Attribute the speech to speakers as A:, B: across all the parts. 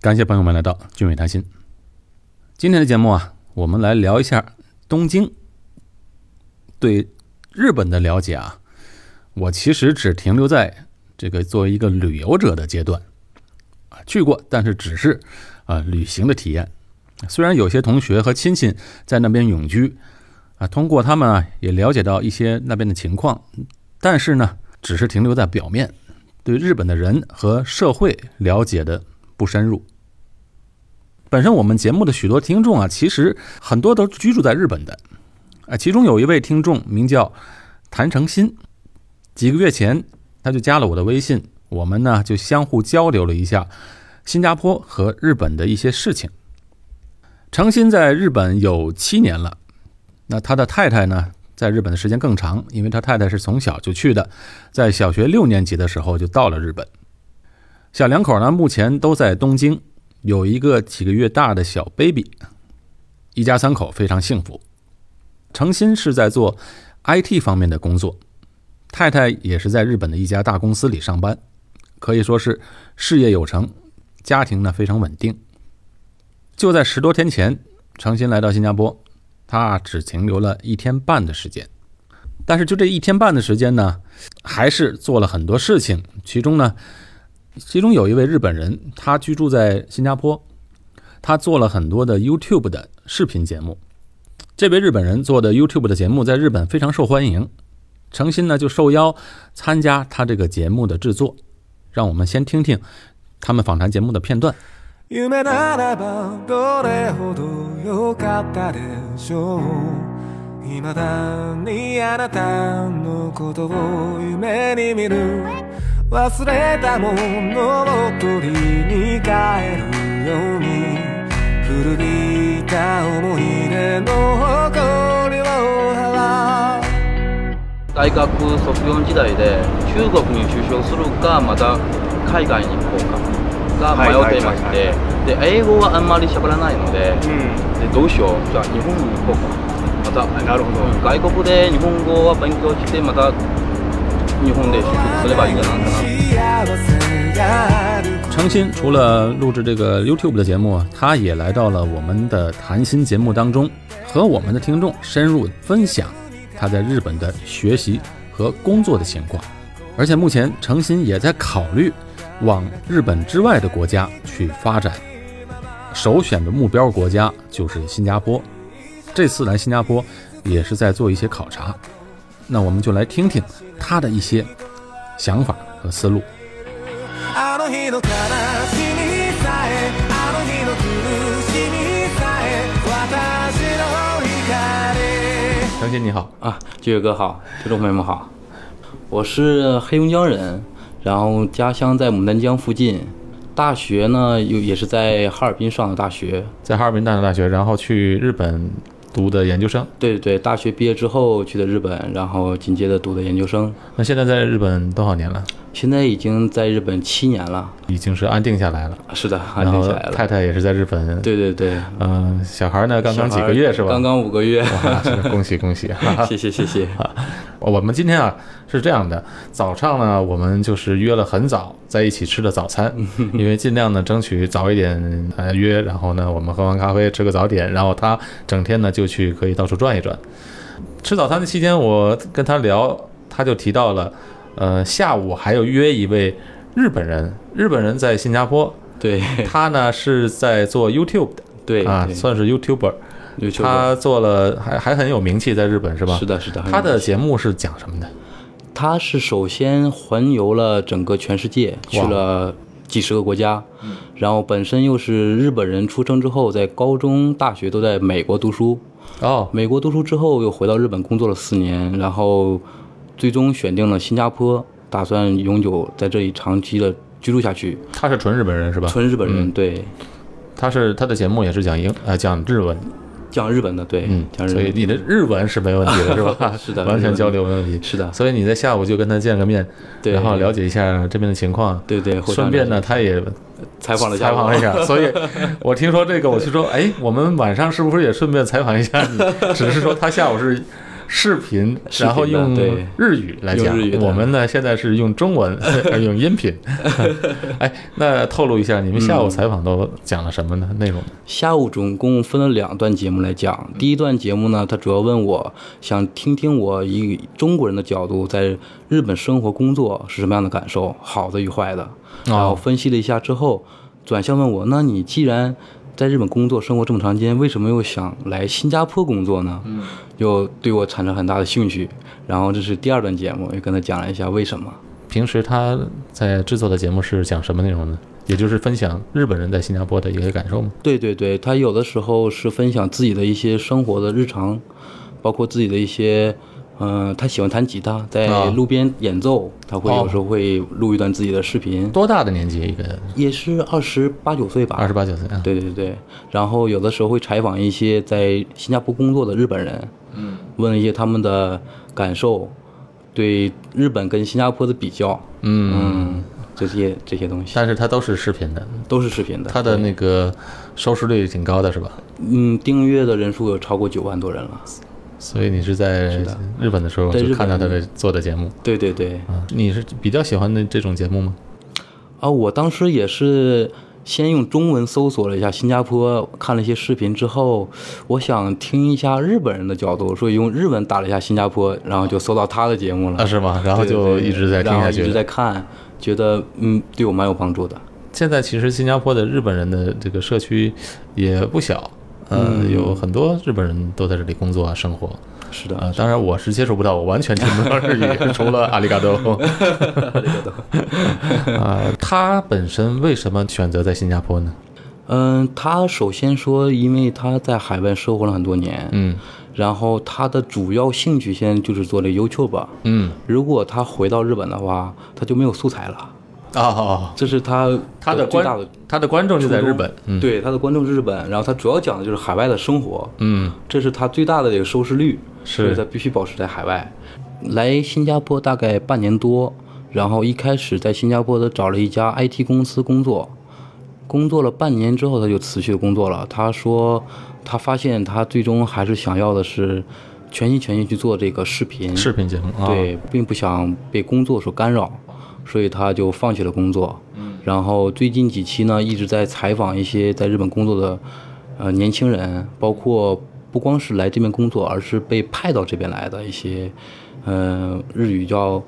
A: 感谢朋友们来到俊伟谈心。今天的节目啊，我们来聊一下东京对日本的了解啊。我其实只停留在这个作为一个旅游者的阶段啊，去过，但是只是啊、呃旅行的体验。虽然有些同学和亲戚在那边永居啊，通过他们啊也了解到一些那边的情况，但是呢，只是停留在表面，对日本的人和社会了解的不深入。本身我们节目的许多听众啊，其实很多都居住在日本的，啊，其中有一位听众名叫谭成新，几个月前他就加了我的微信，我们呢就相互交流了一下新加坡和日本的一些事情。程鑫在日本有七年了，那他的太太呢，在日本的时间更长，因为他太太是从小就去的，在小学六年级的时候就到了日本。小两口呢，目前都在东京，有一个几个月大的小 baby，一家三口非常幸福。程鑫是在做 IT 方面的工作，太太也是在日本的一家大公司里上班，可以说是事业有成，家庭呢非常稳定。就在十多天前，程鑫来到新加坡，他只停留了一天半的时间。但是就这一天半的时间呢，还是做了很多事情。其中呢，其中有一位日本人，他居住在新加坡，他做了很多的 YouTube 的视频节目。这位日本人做的 YouTube 的节目在日本非常受欢迎，程鑫呢就受邀参加他这个节目的制作。让我们先听听他们访谈节目的片段。
B: 夢ならばどれほど良かったでしょう未だにあなたのことを夢に見る忘れたものを取りに帰るように古びた思い出の誇りを払う
C: 大学卒業時代で中国に就職するかまた海外に行こうかが迷っていまして、で英語はあんまり喋らないので,、でどうしようじゃあ日本に行こうかまたなるほど外国で日本語は勉強してまた日本で就職すればいいんじゃないかな
B: 幸せがある
A: 程鑫除了录制这个 YouTube 的节目，他也来到了我们的谈心节目当中，和我们的听众深入分享他在日本的学习和工作的情况。而且目前程鑫也在考虑往日本之外的国家去发展，首选的目标国家就是新加坡。这次来新加坡也是在做一些考察，那我们就来听听他的一些想法和思路。
B: あの日の悲しみさえあの日の苦しみさえ私の光
A: 程鑫你好，
C: 啊，九月哥好，听众朋友们好，我是黑龙江人，然后家乡在牡丹江附近，大学呢又也是在哈尔滨上的大学，
A: 在哈尔滨大学大学，然后去日本读的研究生。
C: 对对对，大学毕业之后去的日本，然后紧接着读的研究生，
A: 那现在在日本多少年了？
C: 现在已经在日本七年了。
A: 已经是安定下来了。
C: 是的，安定下来
A: 然后
C: 了。
A: 太太也是在日本。，
C: 对对对，
A: 嗯、小孩呢刚刚几
C: 小孩
A: 个月是吧？
C: 刚刚五个月。
A: 啊，是恭喜恭喜！哈哈
C: 谢谢谢谢。
A: 啊我们今天啊是这样的，早上呢我们就是约了很早在一起吃的早餐，
C: 嗯
A: 因为尽量呢争取早一点呃约，然后呢我们喝完咖啡吃个早点，然后他整天呢就去可以到处转一转。吃早餐的期间，我跟他聊，他就提到了，呃下午还有约一位日本人，日本人在新加坡，
C: 对
A: 他呢是在做 YouTube 的
C: 对
A: 啊，
C: 对
A: 算是 YouTuber，
C: 对就是
A: 他做了还还很有名气在日本是吧？
C: 是的是的很有
A: 他的节目是讲什么的？
C: 他是首先环游了整个全世界，去了几十个国家，
A: 嗯
C: 然后本身又是日本人，出生之后在高中、大学都在美国读书，
A: 哦，
C: 美国读书之后又回到日本工作了四年，然后最终选定了新加坡，打算永久在这里长期的居住下去。
A: 他是纯日本人是吧？
C: 纯日本
A: 嗯
C: 人，对，
A: 他是他的节目也是讲英呃讲日文，
C: 讲日本的，对，
A: 嗯，
C: 讲日
A: 所以
C: 本的。
A: 你的日文是没问题的是吧？
C: 是的
A: 完
C: 日
A: 全
C: 文
A: 交流没问题。
C: 是的
A: 所以你在下午就跟他见个面，
C: 对
A: 然后了解一下这边的情况，
C: 对对互相
A: 顺便呢，他也
C: 采访了一下
A: 采
C: 我
A: 访了一下，所以我听 说这个，我就说，哎，我们晚上是不是也顺便采访一下你？只是说他下午是视频，
D: 视频
A: 然后用
D: 的对
A: 日语来讲
D: 用日语。的
A: 我们呢现在是用中 文，呃用音频。 哎，那透露一下，你们下午采访都讲了什么呢？内容？
C: 下午总共分了两段节目来讲。第一段节目呢，他主要问我想听听我以中国人的角度在日本生活工作是什么样的感受，好的与坏的。然后分析了一下之后，转向问我：那你既然在日本工作生活这么长时间，为什么又想来新加坡工作呢？嗯，又对我产生很大的兴趣。然后这是第二段节目，又跟他讲了一下为什么。
A: 平时他在制作的节目是讲什么内容呢？也就是分享日本人在新加坡的一个感受吗？
C: 对对对，他有的时候是分享自己的一些生活的日常，包括自己的一些，嗯、他喜欢弹吉他，在
A: 啊
C: 路边演奏，他会
A: 哦
C: 有时候会录一段自己的视频，
A: 多大的年纪？一个
C: 也是二十八九岁吧，
A: 二十八九岁啊？，
C: 对对对，然后有的时候会采访一些在新加坡工作的日本人，嗯，问一些他们的感受，对日本跟新加坡的比较，嗯，这些这些东西
A: 但是他都是视频的，
C: 都是视频的，
A: 他的那个收视率挺高的，是吧？
C: 嗯订阅的人数有超过九万多人了。
A: 所以你是在日本的时候
C: 在
A: 就
C: 日本嗯
A: 看到他的做的节目
C: 对对对，
A: 啊？你是比较喜欢的这种节目吗？
C: 啊，我当时也是先用中文搜索了一下新加坡，看了一些视频之后，我想听一下日本人的角度，所以用日文打了一下新加坡，然后就搜到他的节目了。
A: 啊，是吗？然后
C: 对对
A: 就
C: 对
A: 一直在听
C: 然后
A: 下
C: 一直
A: 去。
C: 在看，觉得嗯，对我蛮有帮助的。
A: 现在其实新加坡的日本人的这个社区也不小，呃，
C: 嗯
A: 有很多日本人都在这里工作啊、生活。
C: 是的，
A: 啊，当然我是接触不到，我完全听不到 日语，除了阿里 嘎多。 啊，他本身为什么选择在新加坡呢？
C: 嗯，他首先说，因为他在海外生活了很多年，
A: 嗯
C: 然后他的主要兴趣现在就是做这 YouTube。
A: 嗯
C: 如果他回到日本的话，他就没有素材了，
A: 哦，
C: 这是他
A: 他的
C: 最大的
A: 观他的观众就在日本，嗯
C: 对他的观众是日本，然后他主要讲的就是海外的生活，
A: 嗯，
C: 这是他最大的这个收视率，
A: 是
C: 所以他必须保持在海外。来新加坡大概半年多，然后一开始在新加坡的找了一家 IT 公司工作，工作了半年之后他就辞去工作了。他说他发现他最终还是想要的是全心全意去做这个视频，
A: 视频节目啊，，
C: 对，并不想被工作所干扰，所以他就放弃了工作。
A: 嗯
C: 然后最近几期呢，一直在采访一些在日本工作的呃年轻人，包括不光是来这边工作，而是被派到这边来的一些，呃，日语叫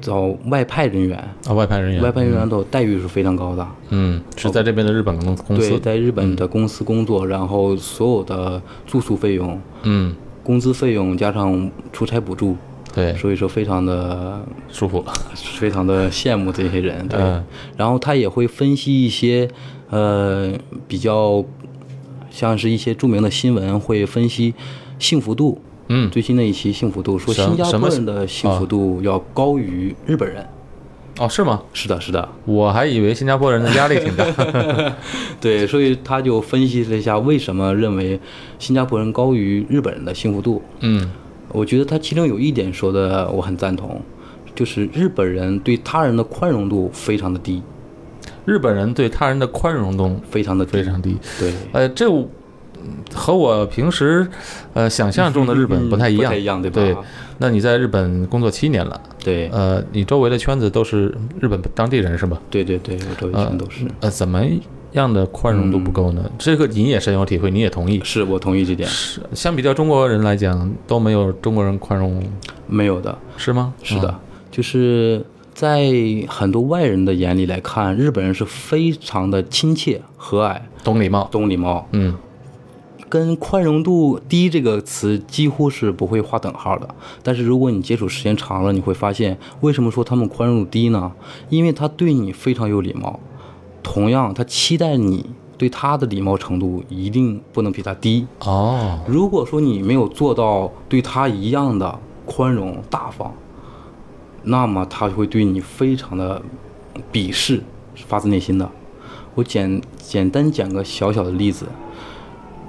C: 叫外派人员。
A: 啊，外派人员，
C: 嗯外派人员的待遇是非常高的，
A: 嗯，是在这边的日本公公
C: 对，
A: 司，
C: 在日本
A: 嗯
C: 的公司工作，然后所有的住宿费用、
A: 嗯，
C: 工资费用加上出差补助，
A: 对，
C: 所以说非常的
A: 舒服，
C: 非常的羡慕这些人，对。
A: 嗯
C: 然后他也会分析一些，呃，比较像是一些著名的新闻，会分析幸福度。
A: 嗯
C: 最新的一期幸福度说，
A: 什
C: 新加
A: 什
C: 坡
A: 么
C: 人的幸福度要高于日本人。
A: 哦，是吗？
C: 是的，是的，
A: 我还以为新加坡人的压力挺大，
C: 对，所以他就分析了一下为什么认为新加坡人高于日本人的幸福度。
A: 嗯
C: 我觉得他其中有一点说的我很赞同，就是日本人对他人的宽容度非常的低，
A: 日本人对他人的宽容度
C: 非常的低
A: 非常低，
C: 对。
A: 呃，这我嗯和我平时呃想象中的日本不太一样，
C: 嗯不太一样对
A: 对
C: 吧
A: 那你在日本工作七年了，
C: 对，
A: 呃，你周围的圈子都是日本当地人是吧？
C: 对对对，我周围全都是，
A: 呃，怎么样的宽容度不够呢？这个你也深有体会，你也同意。
C: 是我同意这点，
A: 是相比较中国人来讲，都没有中国人宽容，
C: 没有的，
A: 是吗？啊
C: 是的，就是在很多外人的眼里来看，日本人是非常的亲切、和蔼、
A: 嗯，懂礼貌。
C: 懂礼貌，
A: 嗯，
C: 跟宽容度低这个词几乎是不会划等号的。但是如果你接触时间长了，你会发现，为什么说他们宽容度低呢？因为他对你非常有礼貌，同样他期待你对他的礼貌程度一定不能比他低。
A: 哦，
C: 如果说你没有做到对他一样的宽容大方，那么他会对你非常的鄙视，是发自内心的。我简简单讲个小小的例子，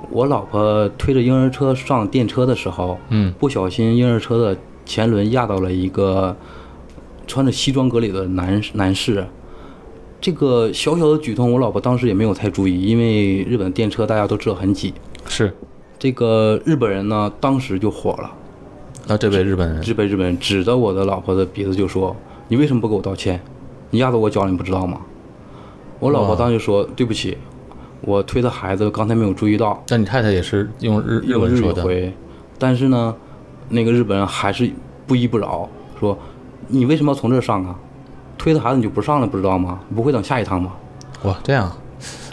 C: 我老婆推着婴儿车上电车的时候，
A: 嗯，
C: 不小心婴儿车的前轮压到了一个穿着西装革履的男男士。这个小小的举动，我老婆当时也没有太注意，因为日本电车大家都知道很挤，
A: 是
C: 这个日本人呢，当时就火了，
A: 啊，这位日本人
C: 日本日本人指着我的老婆的鼻子就说：“你为什么不给我道歉？你压着我脚，你不知道吗？”我老婆当时说：“对不起，我推的孩子刚才没有注意到。”
A: 但你太太也是用日日文说的，
C: 回，但是呢，那个日本人还是不依不饶，说你为什么要从这儿上啊？推着孩子你就不上了，不知道吗？不会等下一趟吗？
A: 哇，这样，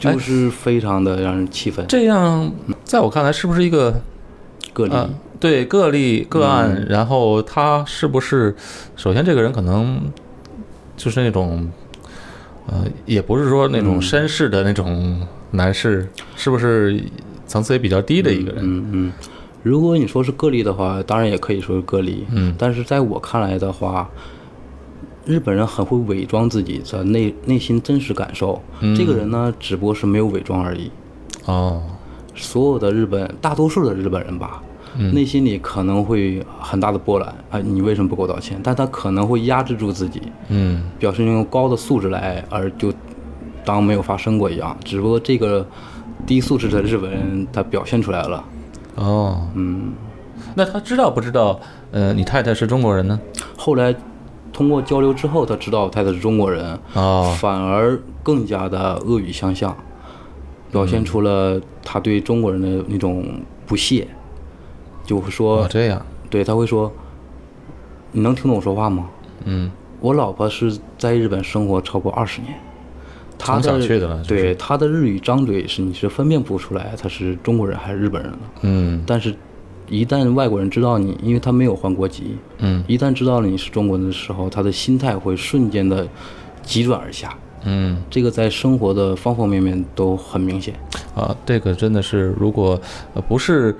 A: 哎
C: 就是非常的让人气愤。
A: 这样，在我看来是不是一个
C: 个例，嗯
A: 呃，对个例个案，然后他是不是首先这个人可能就是那种，呃，也不是说那
C: 嗯
A: 种绅士的那种男士，是不是层次也比较低的一个人？
C: 嗯嗯。如果你说是个例的话，当然也可以说是个例。
A: 嗯
C: 但是在我看来的话，日本人很会伪装自己的内内心真实感受。这个人呢，只不过是没有伪装而已。
A: 哦，
C: 所有的日本，大多数的日本人吧，内心里可能会很大的波澜啊，你为什么不给我道歉？但他可能会压制住自己，
A: 嗯
C: 表示用高的素质来，而就当没有发生过一样。只不过这个低素质的日本人，他表现出来了。
A: 哦，
C: 嗯，
A: 那他知道不知道？呃，你太太是中国人呢？
C: 后来通过交流之后，他知道他是中国人，
A: 哦，
C: 反而更加的恶语相向，表现出了他对中国人的那种不屑，就会说，
A: 哦，这样，
C: 对他会说，你能听懂我说话吗？
A: 嗯，
C: 我老婆是在日本生活超过二十年，她
A: 从小
C: 的
A: 去的了是不是
C: 对她的日语张嘴是你是分辨不出来她是中国人还是日本人的，
A: 嗯
C: 但是，一旦外国人知道你，因为他没有换国籍，
A: 嗯
C: 一旦知道你是中国人的时候，他的心态会瞬间的急转而下。
A: 嗯，
C: 这个在生活的方方面面都很明显。
A: 啊，这个真的是，如果呃不是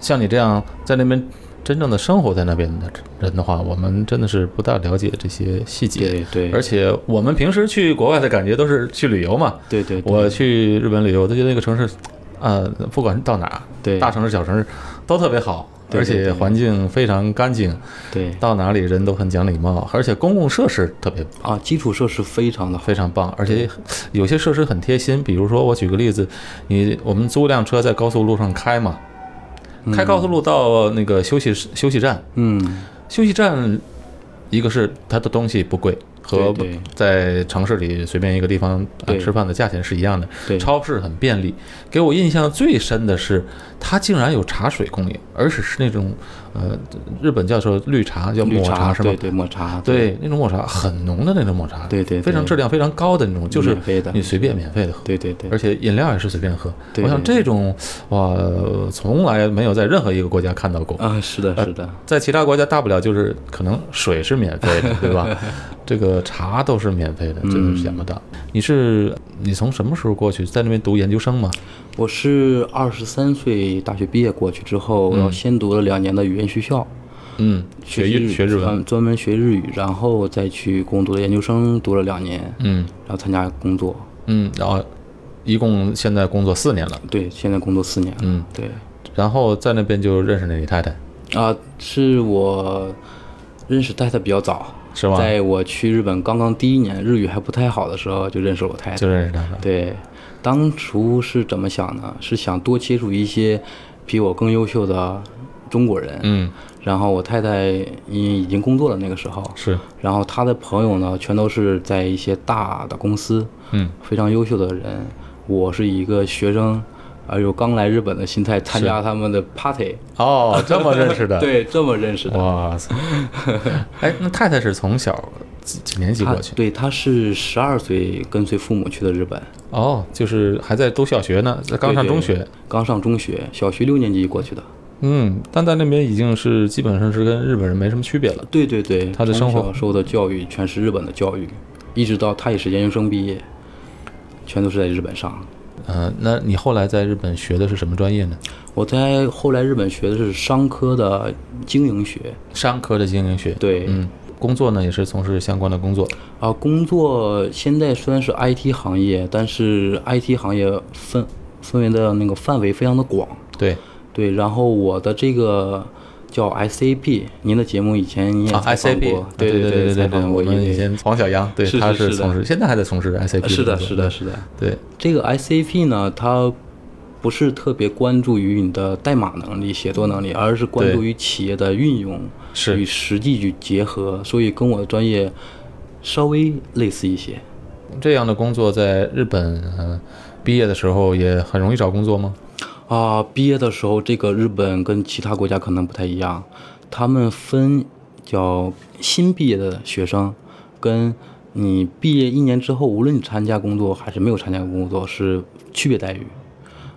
A: 像你这样在那边真正的生活在那边的人的话，我们真的是不大了解这些细节。
C: 对
A: 而且我们平时去国外的感觉都是去旅游嘛。
C: 对对对
A: 我去日本旅游，都觉得那个城市，呃，不管到哪儿，
C: 对
A: 大城市、小城市都特别好，
C: 对
A: 而
C: 对
A: 且
C: 对
A: 环境非常干净，
C: 对
A: 到哪里人都很讲礼貌，而且公共设施特别
C: 啊，基础设施非常的好。
A: 非常棒，而且有些设施很贴心。比如说，我举个例子，你我们租辆车在高速路上开嘛，开高速路到那个休息室休息站，
C: 嗯，
A: 休息站一个是它的东西不贵，和
C: 对对
A: 在城市里随便一个地方呃
C: 对
A: 吃饭的价钱是一样的。
C: 对
A: 超市很便利。给我印象最深的是，它竟然有茶水供应，而且是那种呃日本叫做绿茶，叫
C: 绿
A: 抹
C: 茶
A: 是吗
C: 对？对抹茶，
A: 对，那种抹茶很浓的那种抹茶，
C: 对对对
A: 非常质量非常高的那种，就是
C: 免费的
A: 你随便免费的喝，
C: 对对对
A: 而且饮料也是随便喝。
C: 对
A: 我想
C: 对
A: 这种哇，从来没有在任何一个国家看到过。
C: 啊，是
A: 呃
C: 的，是的，
A: 在其他国家，大不了就是可能水是免费 的，对吧？这个茶都是免费的，真的是想不到。
C: 嗯
A: 你是你从什么时候过去？在那边读研究生吗？
C: 我是二十三岁大学毕业过去之后，然后先读了两年的语言学校，
A: 嗯，学日学日文。
C: 专专门学日语，然后再去攻读的研究生，读了两年，
A: 嗯
C: 然后参加工作。
A: 嗯，然后一共现在工作四年了。
C: 对，现在工作四年了。
A: 嗯，
C: 对，
A: 然后在那边就认识了你太太，
C: 啊，是我认识太太比较早，
A: 是吗
C: 在我去日本刚刚第一年，日语还不太好的时候，就认识了我太太。
A: 就认识她了。
C: 对，当初是怎么想呢？是想多接触一些比我更优秀的中国人。
A: 嗯，
C: 然后我太太已已经工作了那个时候，
A: 是，
C: 然后她的朋友呢，全都是在一些大的公司，
A: 嗯，
C: 非常优秀的人。我是一个学生，而有刚来日本的心态参加他们的 party，
A: 哦，这么认识的。，
C: 对，这么认识的。
A: 哇 塞。哎，那太太是从小几几年级
C: 他
A: 过去？
C: 对，他是十二岁跟随父母去的日本，
A: 哦，就是还在读小学呢，刚上
C: 对对
A: 中学。
C: 刚上中学，小学六年级过去的。
A: 嗯，但在那边已经是基本上是跟日本人没什么区别了。
C: 对对对，
A: 他的生
C: 从
A: 活
C: 小受的教育全是日本的教育，一直到他也是研究生毕业，全都是在日本上。
A: 呃，那你后来在日本学的是什么专业呢？
C: 我在后来日本学的是商科的经营学，
A: 商科的经营学。，
C: 对，
A: 嗯，工作呢也是从事相关的工作。
C: 啊，工作现在虽然是 IT 行业，但是 IT 行业分分为的那个范围非常的广，
A: 对，
C: 对，然后我的这个叫 SAP，您的节目以前你也
A: 啊
C: 采访
A: ，ICP，
C: 过，
A: 对
C: 对
A: 对对
C: 采
A: 对对，
C: 访过
A: 我
C: 一
A: 们
C: 位
A: 以前黄小阳，对，
C: 是是
A: 他
C: 是的
A: 从事，现在还在从事 ICP
C: 是的，
A: 工作
C: 是的，，是的。
A: 对，
C: 这个 SAP 呢，它不是特别关注于你的代码能力、写作能力，而是关注于企业的运用
A: 是
C: 与实际去结合，所以跟我的专业稍微类似一些。
A: 这样的工作在日本，呃，毕业的时候也很容易找工作吗？
C: 啊，毕业的时候，这个日本跟其他国家可能不太一样，他们分叫新毕业的学生，跟你毕业一年之后，无论你参加工作还是没有参加工作，是区别待遇。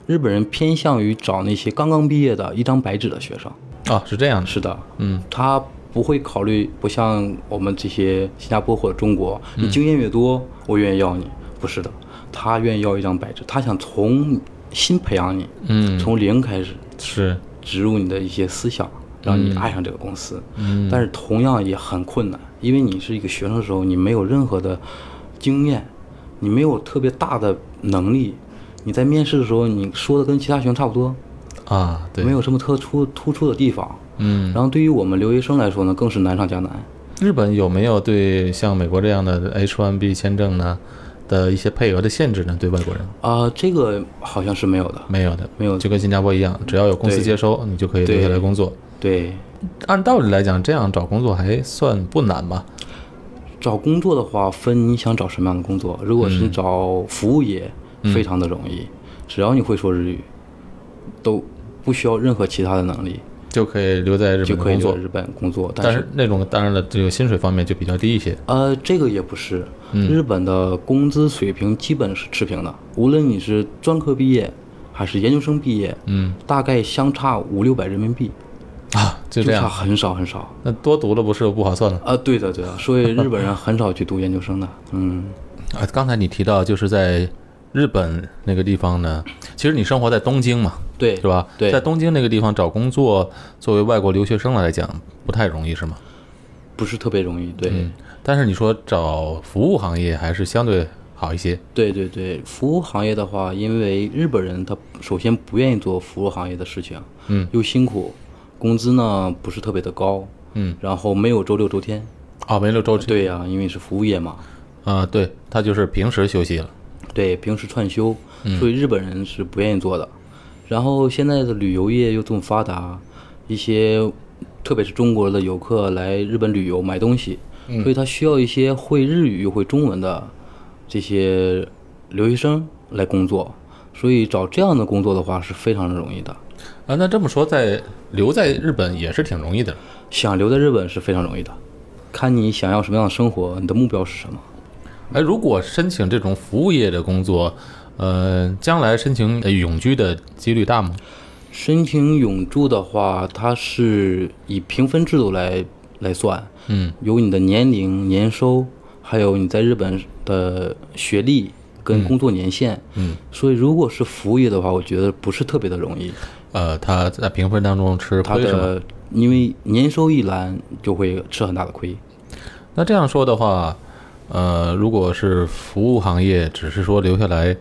C: 日本人偏向于找那些刚刚毕业的一张白纸的学生，
A: 啊，是这样的，
C: 是的，
A: 嗯，
C: 他不会考虑，不像我们这些新加坡或者中国，你经验越多，我愿意要你，不是的，他愿意要一张白纸，他想从新培养你，
A: 嗯
C: 从零开始
A: 是，
C: 植入你的一些思想，
A: 嗯
C: 让你爱上这个公司。但是同样也很困难，因为你是一个学生的时候，你没有任何的经验，你没有特别大的能力，你在面试的时候，你说的跟其他学生差不多，
A: 啊，对，
C: 没有什么特出突出的地方。
A: 嗯，
C: 然后对于我们留学生来说呢，更是难上加难。
A: 日本有没有对像美国这样的 H1B 签证呢的一些配额的限制呢？对外国人
C: 啊、这个好像是没有的。
A: 没有的，
C: 没有
A: 就跟新加坡一样，只要有公司
C: 对
A: 接收，你就可以留下来
C: 对
A: 工作。
C: 对，
A: 按道理来讲，这样找工作还算不难吧？
C: 找工作的话，分你想找什么样的工作。如果是
A: 嗯
C: 找服务业，非常的容易，只要你会说日语，都不需要任何其他的能力，
A: 就可以留在日
C: 就
A: 本
C: 可
A: 工
C: 以留
A: 作
C: 在。日本工作。但
A: 但是那种当然了，这个薪水方面就比较低一些。
C: 呃，这个也不是，
A: 嗯
C: 日本的工资水平基本是持平的，无论你是专科毕业还是研究生毕业，
A: 嗯
C: 大概相差五六百人民币，
A: 啊，就
C: 就
A: 这
C: 差
A: 样。
C: 很少很少。
A: 那多读了不是不划算了
C: 啊、对的对的，所以日本人很少去读研究生的，嗯。
A: 啊？刚才你提到就是在日本那个地方呢，其实你生活在东京嘛，
C: 对，
A: 是吧？
C: 对
A: 在东京那个地方找工作，作为外国留学生来讲不太容易，是吗？
C: 不是特别容易，对，
A: 但是你说找服务行业还是相对好一些，
C: 对对对，服务行业的话，因为日本人他首先不愿意做服务行业的事情，
A: 嗯，
C: 又辛苦，工资呢不是特别的高，
A: 嗯，
C: 然后没有周六周天。
A: 哦，没六周去
C: 对呀、因为是服务业嘛，
A: 啊，对他就是平时休息了，
C: 对，平时串休，所以日本人是不愿意做的。然后现在的旅游业又这么发达，一些特别是中国的游客来日本旅游买东西，所以他需要一些会日语又会中文的这些留学生来工作。所以找这样的工作的话是非常容易的，
A: 啊，那这么说在留在日本也是挺容易的，
C: 想留在日本是非常容易的，看你想要什么样的生活，你的目标是什么。
A: 哎，如果申请这种服务业的工作，呃，将来申请呃永居的几率大吗？
C: 申请永住的话，它是以评分制度来来算，
A: 嗯，
C: 有你的年龄、年收，还有你在日本的学历跟工作年限，嗯，所以如果是服务业的话，我觉得不是特别的容易，
A: 呃，他在评分当中吃
C: 它
A: 亏是吗？
C: 的因为年收一栏就会吃很大的亏，
A: 那这样说的话，呃，如果是服务行业，只是说留下来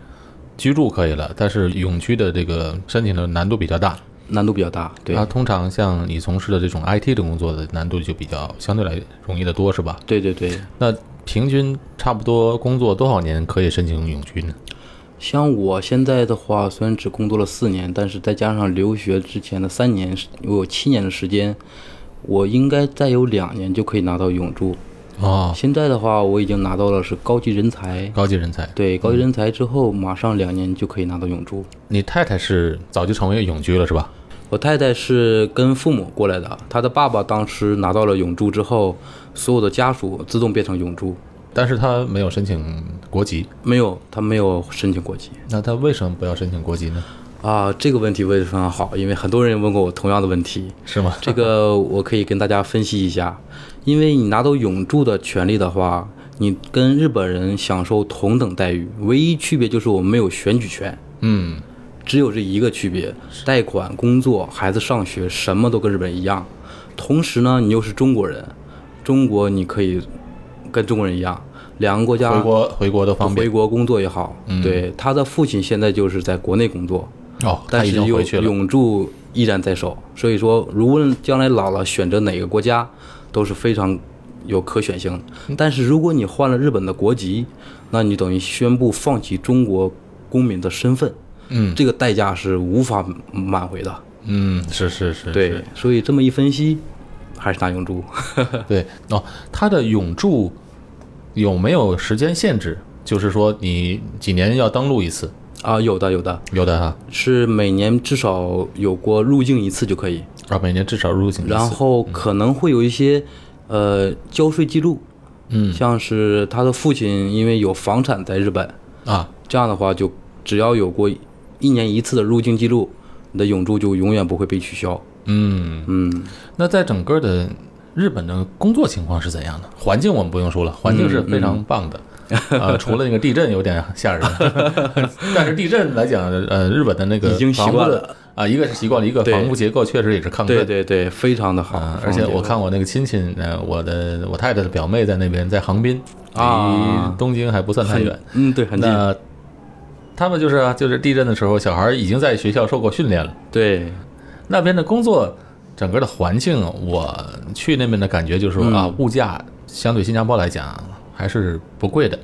A: 居住可以了，但是永居的这个申请的难度比较大。
C: 难度比较大，对，
A: 那通常像你从事的这种 IT 的工作的难度就比较相对来容易的多，是吧？
C: 对对对，
A: 那平均差不多工作多少年可以申请永居呢？
C: 像我现在的话，虽然只工作了四年，但是再加上留学之前的三年，我有七年的时间，我应该再有两年就可以拿到永住。
A: 哦，
C: 现在的话，我已经拿到了是高级人才，
A: 高级人才。
C: 对高级人才之后，马上两年就可以拿到永住。
A: 你太太是早就成为永居了，是吧？
C: 我太太是跟父母过来的，她的爸爸当时拿到了永住之后，所有的家属自动变成永住，
A: 但是他没有申请国籍，
C: 没有，他没有申请国籍。
A: 那他为什么不要申请国籍呢？
C: 啊，这个问题问得非常好，因为很多人问过我同样的问题。
A: 是 吗？
C: 这个我可以跟大家分析一下，因为你拿到永住的权利的话，你跟日本人享受同等待遇，唯一区别就是我们没有选举权，
A: 嗯，
C: 只有这一个区别。贷款、工作、孩子上学，什么都跟日本人一样。同时呢，你又是中国人，中国你可以跟中国人一样，两个国家
A: 回国回国都方
C: 回
A: 便嗯
C: 国工作也好。对，他的父亲现在就是在国内工作。
A: 哦，他
C: 但
A: 已
C: 是
A: 经
C: 永
A: 回去了。
C: 永驻依然在手，所以说，无论将来老了选择哪个国家，都是非常有可选性的。但是如果你换了日本的国籍，那你等于宣布放弃中国公民的身份，
E: 嗯
C: 这个代价是无法挽回的。
E: 嗯，是是是，
C: 对，所以这么一分析，还是拿永驻。
E: 是对哦，它的永驻有没有时间限制？就是说你几年要登录一次？
C: 啊，有的有的，
E: 有的哈，
C: 是每年至少有过入境一次就可以，
E: 啊，每年至少入境一次。
C: 然后可能会有一些呃交税记录，
E: 嗯
C: 像是他的父亲因为有房产在日本，
E: 啊，
C: 这样的话就只要有过一年一次的入境记录，你的永住就永远不会被取消。
E: 嗯，
C: 嗯，
E: 那在整个的日本的工作情况是怎样的？环境我们不用说了，环境
C: 嗯
E: 是非常棒的。呃，除了那个地震有点吓人， 但是地震来讲，呃，日本的那个
C: 已经习惯
E: 房屋的
C: 了
E: 啊、一个是习惯了，一个
C: 对
E: 房屋结构确实也是抗震
C: 对。对对，非常的好
E: 啊，。嗯而且我看我那个亲戚，呃，我的我太太的表妹在那边，在杭滨，
C: 啊
E: 离东京还不算太远。
C: 嗯，对，很近，
E: 那他们就是啊，就是地震的时候，小孩儿已经在学校受过训练了。
C: 对，
E: 那边的工作，整个的环境，我去那边的感觉就是说、
C: 嗯
E: 啊，物价相对新加坡来讲还是不贵的，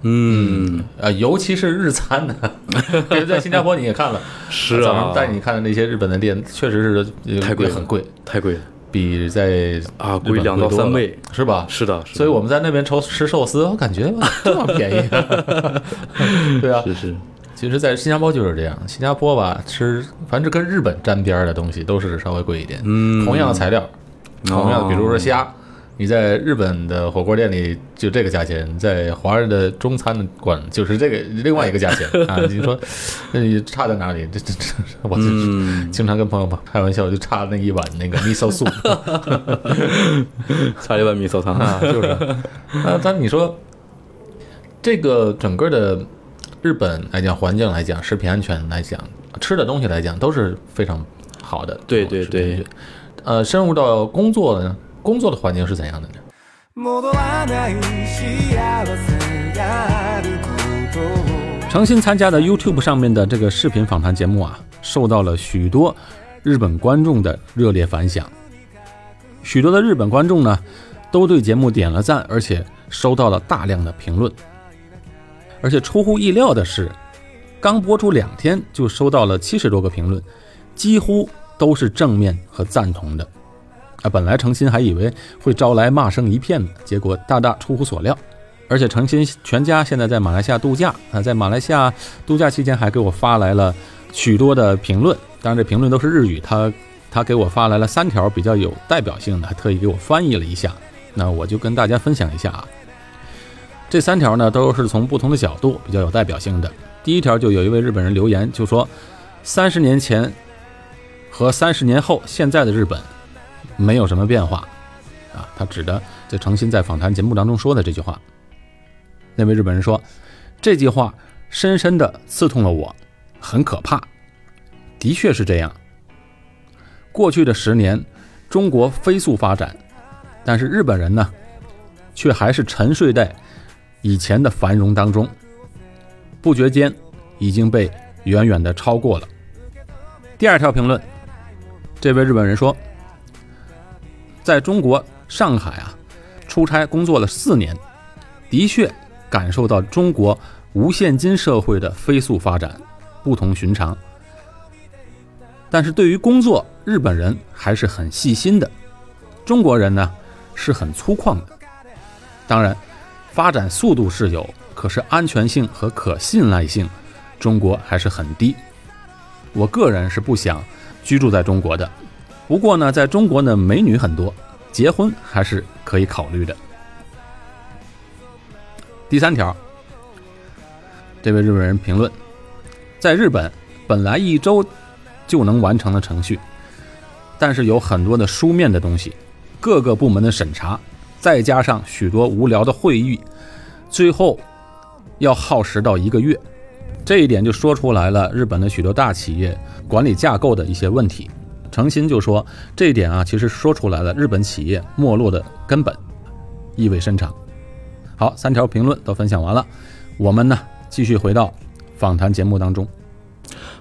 C: 嗯，
E: 呃，尤其是日餐呢， 比如在新加坡你也看了，
C: 是
E: 早
C: 啊
E: 上，带你看的那些日本的店，确实是
C: 太贵了
E: 很贵，
C: 太贵了。
E: 比在
C: 啊
E: 日
C: 贵
E: 本
C: 两到
E: 多了
C: 三倍，
E: 是吧？
C: 是的，是的
E: 所以我们在那边愁吃寿司，我感觉哇这么便宜， 对啊，
C: 是是，
E: 其实，在新加坡就是这样，新加坡吧，吃凡是跟日本沾边儿的东西都是稍微贵一点。
C: 嗯
E: 同样的材料，同样的，
C: 哦
E: 比如说虾，你在日本的火锅店里就这个价钱，在华人的中餐馆就是这个另外一个价 钱啊。你说，那你差在哪里？这这这，我就
C: 嗯
E: 经常跟朋友们开玩笑，就差那一碗那个 miso soup
C: 差一碗米烧汤
E: 啊，就是。那但你说，这个整个的日本来讲，环境来讲，食品安全来讲，吃的东西来讲，都是非常好的。
C: 对对
E: 食品安
C: 对
E: 全。呃，深入到工作呢，工作的环境是怎样的呢？
B: 戻らない幸せがあることを
A: 诚心参加的 YouTube 上面的这个视频访谈节目啊，受到了许多日本观众的热烈反响。许多的日本观众呢，都对节目点了赞，而且收到了大量的评论。而且出乎意料的是，刚播出两天就收到了七十多个评论，几乎都是正面和赞同的。啊，本来诚心还以为会招来骂声一片呢，结果大大出乎所料。而且诚心全家现在在马来西亚度假啊，在马来西亚度假期间还给我发来了许多的评论，当然这评论都是日语，他他给我发来了三条比较有代表性的，还特意给我翻译了一下，那我就跟大家分享一下啊。这三条呢都是从不同的角度比较有代表性的。第一条就有一位日本人留言就说，三十年前和三十年后现在的日本没有什么变化啊，他指的这诚心在访谈节目当中说的这句话。那位日本人说，这句话深深地刺痛了我，很可怕。的确是这样。过去的十年，中国飞速发展，但是日本人呢，却还是沉睡在以前的繁荣当中，不觉间已经被远远地超过了。第二条评论，这位日本人说，在中国上海啊，出差工作了四年，的确感受到中国无现金社会的飞速发展，不同寻常。但是对于工作，日本人还是很细心的，中国人呢是很粗犷的。当然，发展速度是有，可是安全性和可信赖性，中国还是很低。我个人是不想居住在中国的，不过呢，在中国呢，美女很多，结婚还是可以考虑的。第三条，这位日本人评论，在日本本来一周就能完成的程序，但是有很多的书面的东西，各个部门的审查，再加上许多无聊的会议，最后要耗时到一个月。这一点就说出来了，日本的许多大企业管理架构的一些问题。诚心就说这一点啊，其实说出来了，日本企业没落的根本，意味深长。好，三条评论都分享完了，我们呢继续回到访谈节目当中。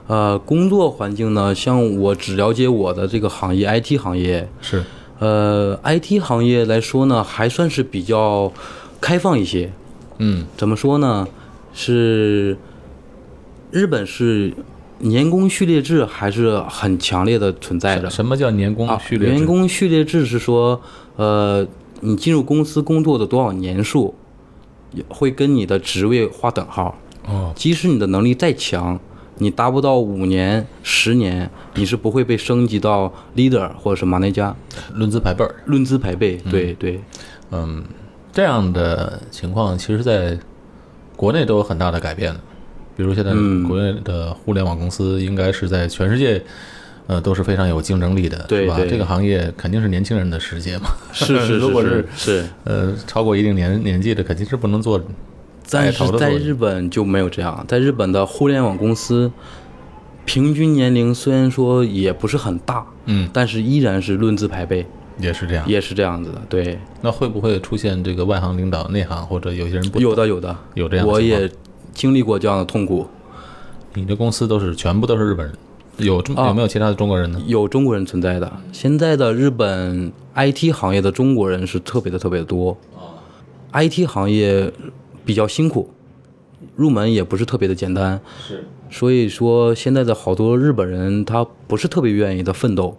C: 呃，工作环境呢，像我只了解我的这个行业 IT 行业，
E: 是，
C: 呃，IT 行业来说呢，还算是比较开放一些。
E: 嗯
C: 怎么说呢？是日本是年功序列制还是很强烈的存在的。
A: 哎什么叫年功嗯序列制？
C: 啊、员工序列制是说，呃，你进入公司工作的多少年数，也会跟你的职位划等号。
A: 哦，
C: 即使你的能力再强，你达不到五年、十年，你是不会被升级到 leader 或者是马内加，
A: 论资排辈儿。
C: 论资排辈。对、对，
A: 嗯，这样的情况其实在国内都有很大的改变的，比如现在
C: 嗯
A: 国内的互联网公司应该是在全世界。呃，都是非常有竞争力的，
C: 对
A: 是吧？
C: 对
A: 这个行业肯定是年轻人的世界嘛。
C: 是是
A: 如果
C: 是
A: 是
C: 是，
A: 呃超过一定年年纪的，肯定是不能做带
C: 但
A: 头
C: 是
A: 的
C: 在
A: 作用
C: 日本就没有这样，在日本的互联网公司，平均年龄虽然说也不是很大，
A: 嗯，
C: 但是依然是论资排辈，
A: 也是这样。
C: 也是这样子的。对，
A: 那会不会出现这个外行领导内行，或者有些人不懂
C: 有的有的
A: 有这样的
C: 我
A: 情况
C: 也经历过这样的痛苦。
A: 你的公司都是全部都是日本人，有中
C: 啊
A: 有没有其他的中国人呢？
C: 有中国人存在的。现在的日本 IT 行业的中国人是特别的特别的多。IT 行业比较辛苦，入门也不是特别的简单。
A: 是，
C: 所以说现在的好多日本人他不是特别愿意的奋斗，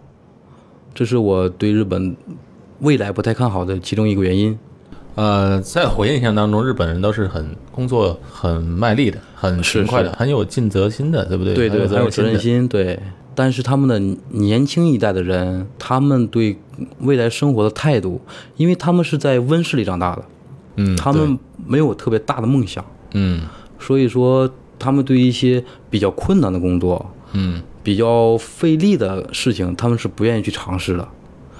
C: 这是我对日本未来不太看好的其中一个原因。
A: 呃，在我印象当中，日本人都是很工作很卖力的，很勤快的，很有尽责心的，对不对？
C: 对对，
A: 很
C: 很
A: 有
C: 有责任
A: 心
C: 心，对。但是他们的年轻一代的人，他们对未来生活的态度，因为他们是在温室里长大的，
A: 的。嗯，
C: 他们没有特别大的梦想，
A: 对嗯
C: 所以说他们对一些比较困难的工作、
A: 嗯
C: 比较费力的事情，他们是不愿意去尝试的。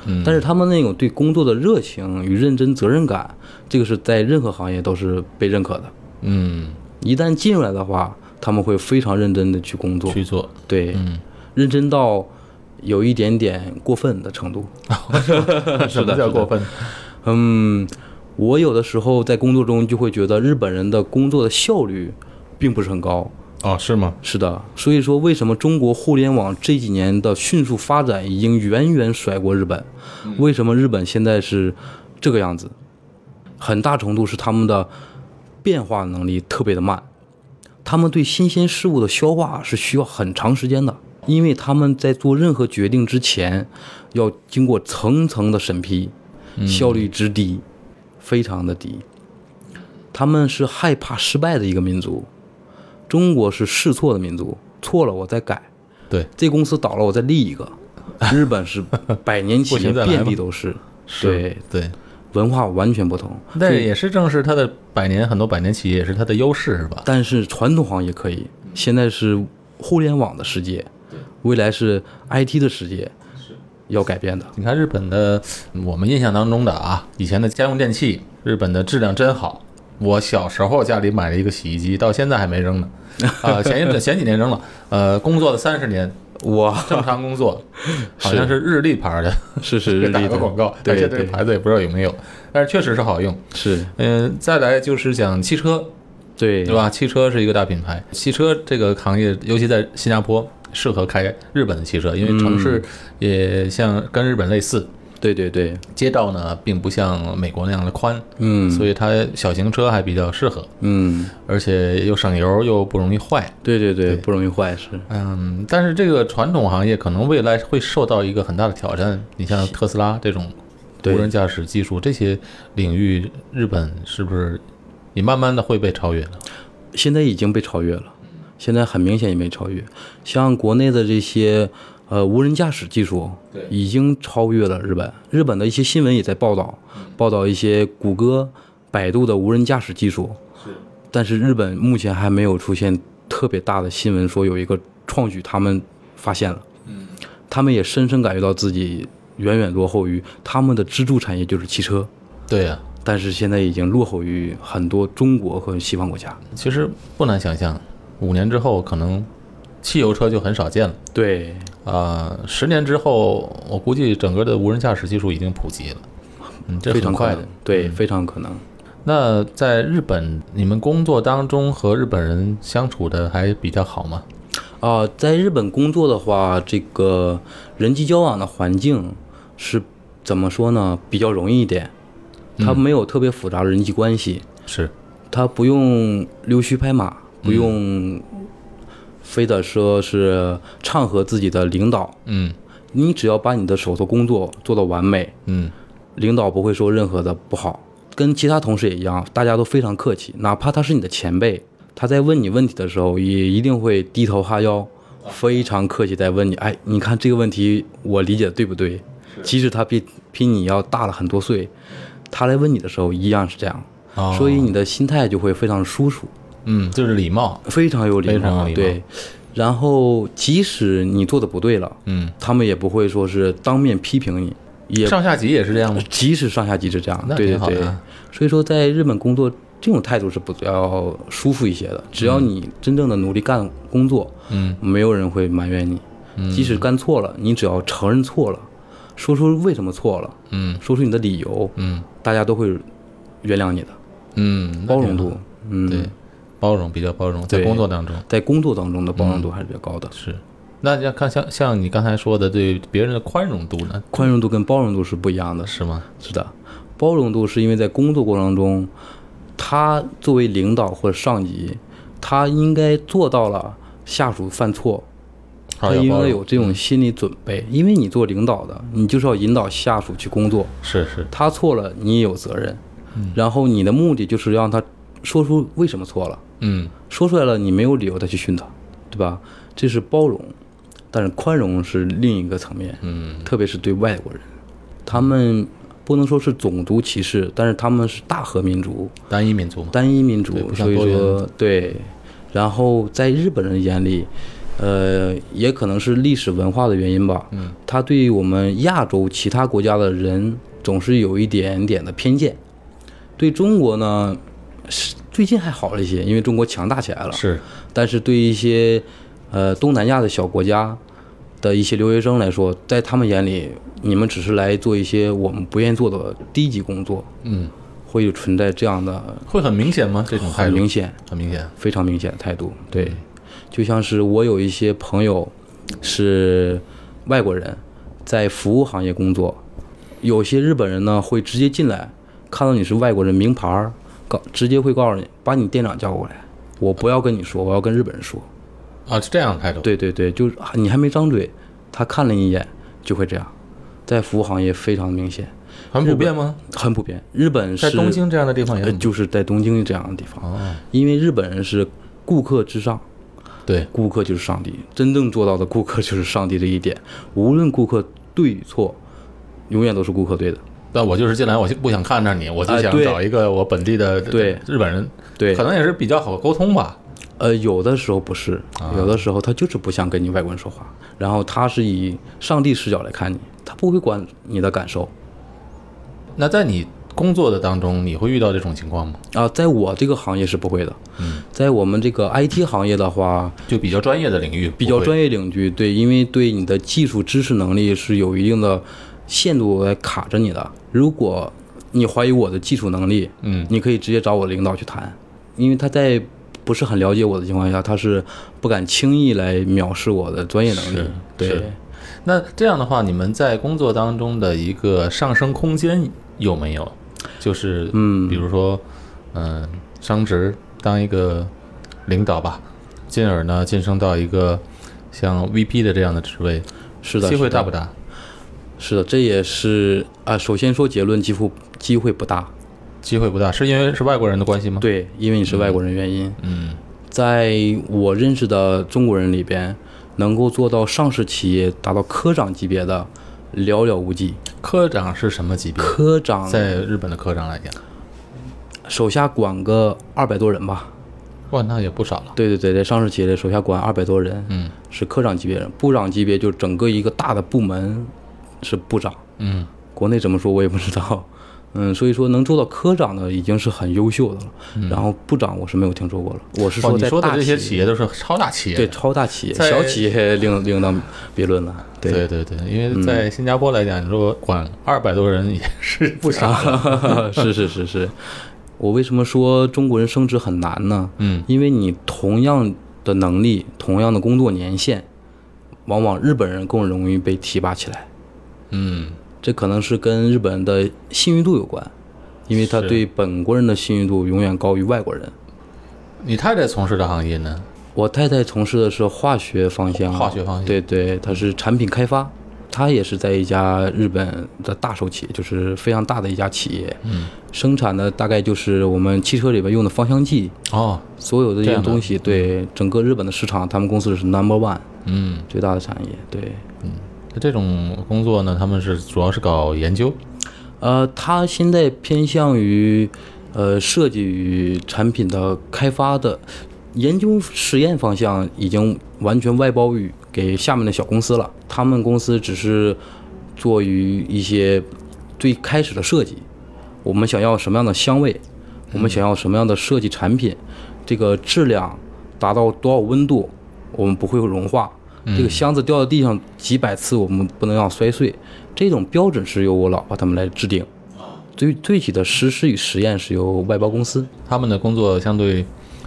A: 嗯
C: 但是他们那种对工作的热情与认真责任感，这个是在任何行业都是被认可的。
A: 嗯，
C: 一旦进入来的话，他们会非常认真的去工作，
A: 去 做。
C: 对，
A: 嗯
C: 认真到有一点点过分的程度。
A: 什么叫过分？
C: 嗯，我有的时候在工作中就会觉得日本人的工作的效率并不是很高。
A: 哦，是吗？
C: 是的，所以说为什么中国互联网这几年的迅速发展已经远远甩过日本？为什么日本现在是这个样子？很大程度是他们的变化能力特别的慢，他们对新鲜事物的消化是需要很长时间的，因为他们在做任何决定之前，要经过层层的审批，效率之低，非常的低。他们是害怕失败的一个民族，中国是试错的民族，错了我再改，
A: 对，
C: 这公司倒了我再立 一个。日本是百年企
A: 不
C: 业，
A: 行再来吧
C: 遍地都是，对
A: 对，
C: 文化完全不同。
A: 但是也是正是它的百年很多百年企业也是它的优势，是吧？
C: 但是传统行业可以，现在是互联网的世界，未来是 IT 的世界，要改变的。
A: 你看日本的，我们印象当中的啊，以前的家用电器，日本的质量真好。我小时候家里买了一个洗衣机，到现在还没扔 呢，啊、前一阵前几年扔了，呃，工作了三十年，
C: 我
A: 正常工 作，好像是日立牌的，
C: 是 是日
A: 打
C: 立
A: 个
C: 的
A: 广告，而
C: 对
A: 且这个
C: 对
A: 牌子也不知道有没有，但是确实是好用。
C: 是，
A: 嗯、再来就是讲汽车，
C: 对
A: 对？吧？汽车是一个大品牌，汽车这个行业，尤其在新加坡适合开日本的汽车，因为城
C: 嗯
A: 市也像跟日本类似，
C: 对对对，
A: 街道呢，并不像美国那样的宽，
C: 嗯
A: 所以它小型车还比较适合，
C: 嗯，
A: 而且又省油又不容易坏。
C: 对对对，不容易坏是。
A: 嗯，但是这个传统行业可能未来会受到一个很大的挑战。你像特斯拉这种无
C: 对
A: 人驾驶技术这些领域，日本是不是也慢慢的会被超越呢？
C: 现在已经被超越了，现在很明显也没超越。像国内的这些呃无人驾驶技术，已经超越了日本。日本的一些新闻也在报道，报道一些谷歌、百度的无人驾驶技术。但是日本目前还没有出现特别大的新闻说有一个创举，他们发现了。他们也深深感觉到自己远远落后于他们的支柱产业就是汽车，
A: 对啊呀、
C: 但是现在已经落后于很多中国和西方国家。
A: 其实不难想象，五年之后可能汽油车就很少见了。
C: 对，
A: 啊、十年之后，我估计整个的无人驾驶技术已经普及了，嗯，这
C: 非
A: 很
C: 常
A: 快
C: 可
A: 的嗯
C: 能。，对，非常可能。
A: 那在日本，你们工作当中和日本人相处的还比较好吗？
C: 啊、在日本工作的话，这个人际交往的环境是怎么说呢？比较容易一点，
A: 嗯
C: 它没有特别复杂的人际关系，
A: 是，嗯
C: 它不用溜须拍马，不用非得说是唱和自己的领导。
A: 嗯
C: 你只要把你的手头工作做到完美，
A: 嗯
C: 领导不会说任何的不好。跟其他同事也一样，大家都非常客气，哪怕他是你的前辈，他在问你问题的时候，也一定会低头哈腰，非常客气在问你。哎，你看这个问题我理解的对不对？即使他比比你要大了很多岁，他来问你的时候一样是这样，
A: 哦
C: 所以你的心态就会非常舒服。
A: 嗯，就是礼貌。
C: 非常有礼
A: 非常有
C: 貌，
A: 礼貌
C: 对。然后即使你做的不对了，
A: 嗯，
C: 他们也不会说是当面批评你，也
A: 上下级也是这样吗？
C: 即使上下级是这样，
A: 那
C: 对
A: 挺
C: 对
A: 好的
C: 对。所以说，在日本工作这种态度是比较舒服一些的，只要你真正的努力干工作，
A: 嗯，
C: 没有人会埋怨你。即使干错了，你只要承认错了，说出为什么错了，
A: 嗯
C: 说出你的理由，
A: 嗯
C: 大家都会原谅你的，
A: 嗯，
C: 包容度，嗯，
A: 对，包容比较包容，在
C: 对
A: 工作当中
C: 在工作当中的包容
A: 嗯
C: 度还是比较高的。
A: 是。那要看像像你刚才说的对别人的宽容度呢，
C: 宽容度跟包容度是不一样的。
A: 是吗？
C: 是的，包容度是因为在工作过程中，他作为领导或者上级，他应该做到了下属犯错，他
A: 要
C: 应
A: 包
C: 该
A: 容嗯
C: 有这种心理准备。因为你做领导的，你就是要引导下属去工作，
A: 是是
C: 他错了你也有责任。
A: 嗯
C: 然后你的目的就是让他说出为什么错了，
A: 嗯
C: 说出来了你没有理由再去训他，对吧？这是包容，但是宽容是另一个层面。
A: 嗯
C: 特别是对外国人，他们不能说是种族歧视，但是他们是大和民族、
A: 单一民族嘛，
C: 单一民族
A: 对，不像
C: 所以
A: 多元
C: 说对。然后在日本人眼里，呃，也可能是历史文化的原因吧，
A: 嗯，
C: 他对我们亚洲其他国家的人总是有一点点的偏见。对中国呢，是最近还好了一些，因为中国强大起来了，
A: 是
C: 但是对一些呃东南亚的小国家的一些留学生来说，在他们眼里，你们只是来做一些我们不愿意做的低级工作，
A: 嗯，
C: 会存在这样的
A: 会很明显吗？这种态
C: 很
A: 度
C: 明显、
A: 很明显，
C: 非常明显的态度。对，就像是我有一些朋友是外国人，在服务行业工作，有些日本人呢会直接进来，看到你是外国人名牌儿，告直接会告诉你，把你店长叫过来，我不要跟你说，我要跟日本人说。
A: 啊，是这样的态度。，
C: 对对对，就是啊你还没张嘴，他看了一眼就会这样，在服务行业非常明显，
A: 很普遍吗？
C: 很普遍。日本是
A: 在东京这样的地方也
C: 呃，
A: 很
C: 就是在东京这样的地方，
A: 哦，
C: 因为日本人是顾客至上，
A: 对，
C: 顾客就是上帝，真正做到的顾客就是上帝这一点，无论顾客对与错，永远都是顾客对的。
A: 但我就是进来，我就不想看着你，我就
C: 哎
A: 想
C: 对
A: 找一个我本地的
C: 对
A: 日本人，
C: 对
A: 可能也是比较好沟通吧。
C: 呃，有的时候不是，
A: 啊
C: 有的时候他就是不想跟你外国人说话，然后他是以上帝视角来看你，他不会管你的感受。
A: 那在你工作的当中，你会遇到这种情况吗？
C: 啊，在我这个行业是不会的。
A: 嗯，
C: 在我们这个 IT 行业的话，
A: 就比较专业的领域，
C: 比较专
A: 业。
C: 业领域，对，因为对你的技术知识能力是有一定的限度来卡着你的。如果你怀疑我的技术能力，
A: 嗯
C: 你可以直接找我领导去谈，因为他在不是很了解我的情况下，他是不敢轻易来藐视我的专业能力
A: 是。
C: 对
A: 是，那这样的话，你们在工作当中的一个上升空间有没有？就是，
C: 嗯
A: 比如说，嗯、升职当一个领导吧，进而呢晋升到一个像 VP 的这样的职位，
C: 是的，
A: 机会
C: 是的
A: 大不大？
C: 是的，这也是啊。首先说结论，几乎机会不大。
A: 机会不大，是因为是外国人的关系吗？，
C: 对，因为你是外国人原因。
A: 嗯
C: 在我认识的中国人里边，能够做到上市企业达到科长级别的寥寥无几。
A: 科长是什么级别？
C: 科
A: 嗯
C: 长
A: 在日本的科长来讲，
C: 手下管个二百多人吧？
A: 哇，那也不少了。
C: 对对对，在上市企业里手下管二百多人，
A: 嗯
C: 是科长级别人。部长级别就整个一个大的部门是部长，
A: 嗯，
C: 国内怎么说我也不知道。 嗯，所以说能做到科长的已经是很优秀的了。然后部长我是没有听说过了，我是
A: 哇，
C: 说
A: 嗯哦你
C: 在
A: 说的
C: 大
A: 这些企
C: 业，
A: 业都是超大企业，
C: 对超大企业，
A: 在
C: 小企业另另当别论了。对
A: 对
C: 嗯
A: 对对，因为在新加坡来讲，你如果管二百多人也是不少
C: 啊
A: 的。
C: 是是是是，我为什么说中国人升职很难呢？
A: 嗯，
C: 因为你同样的能力、同样的工作年限，往往日本人更容易被提拔起来。
A: 嗯，
C: 这可能是跟日本人的信誉度有关，因为他
A: 是
C: 对本国人的信誉度永远高于外国人。
A: 你太太从事的行业呢？
C: 我太太从事的是化学方向，
A: 化学方向
C: 对对，她是产品开发，她也是在一家日本的大手企业，就是非常大的一家企业，
A: 嗯，
C: 生产的大概就是我们汽车里边用的芳香剂，
A: 哦，
C: 所有的这
A: 这
C: 些
A: 样的
C: 东西，对整个日本的市场，他们公司是 number one
A: 嗯，
C: 最大的产业，对。
A: 那这种工作呢，他们是主要是搞研究，
C: 呃，它现在偏向于呃设计与产品的开发的研究实验方向，已经完全外包于给下面的小公司了。他们公司只是做于一些最开始的设计，我们想要什么样的香味，我们想要什么样的设计产品，这个质量达到多少温度，我们不会融化。这个箱子掉到地上几百次，我们不能让摔碎。这种标准是由我老婆他们来制定，最具体的实施与实验是由外包公司
A: 他们的工作相对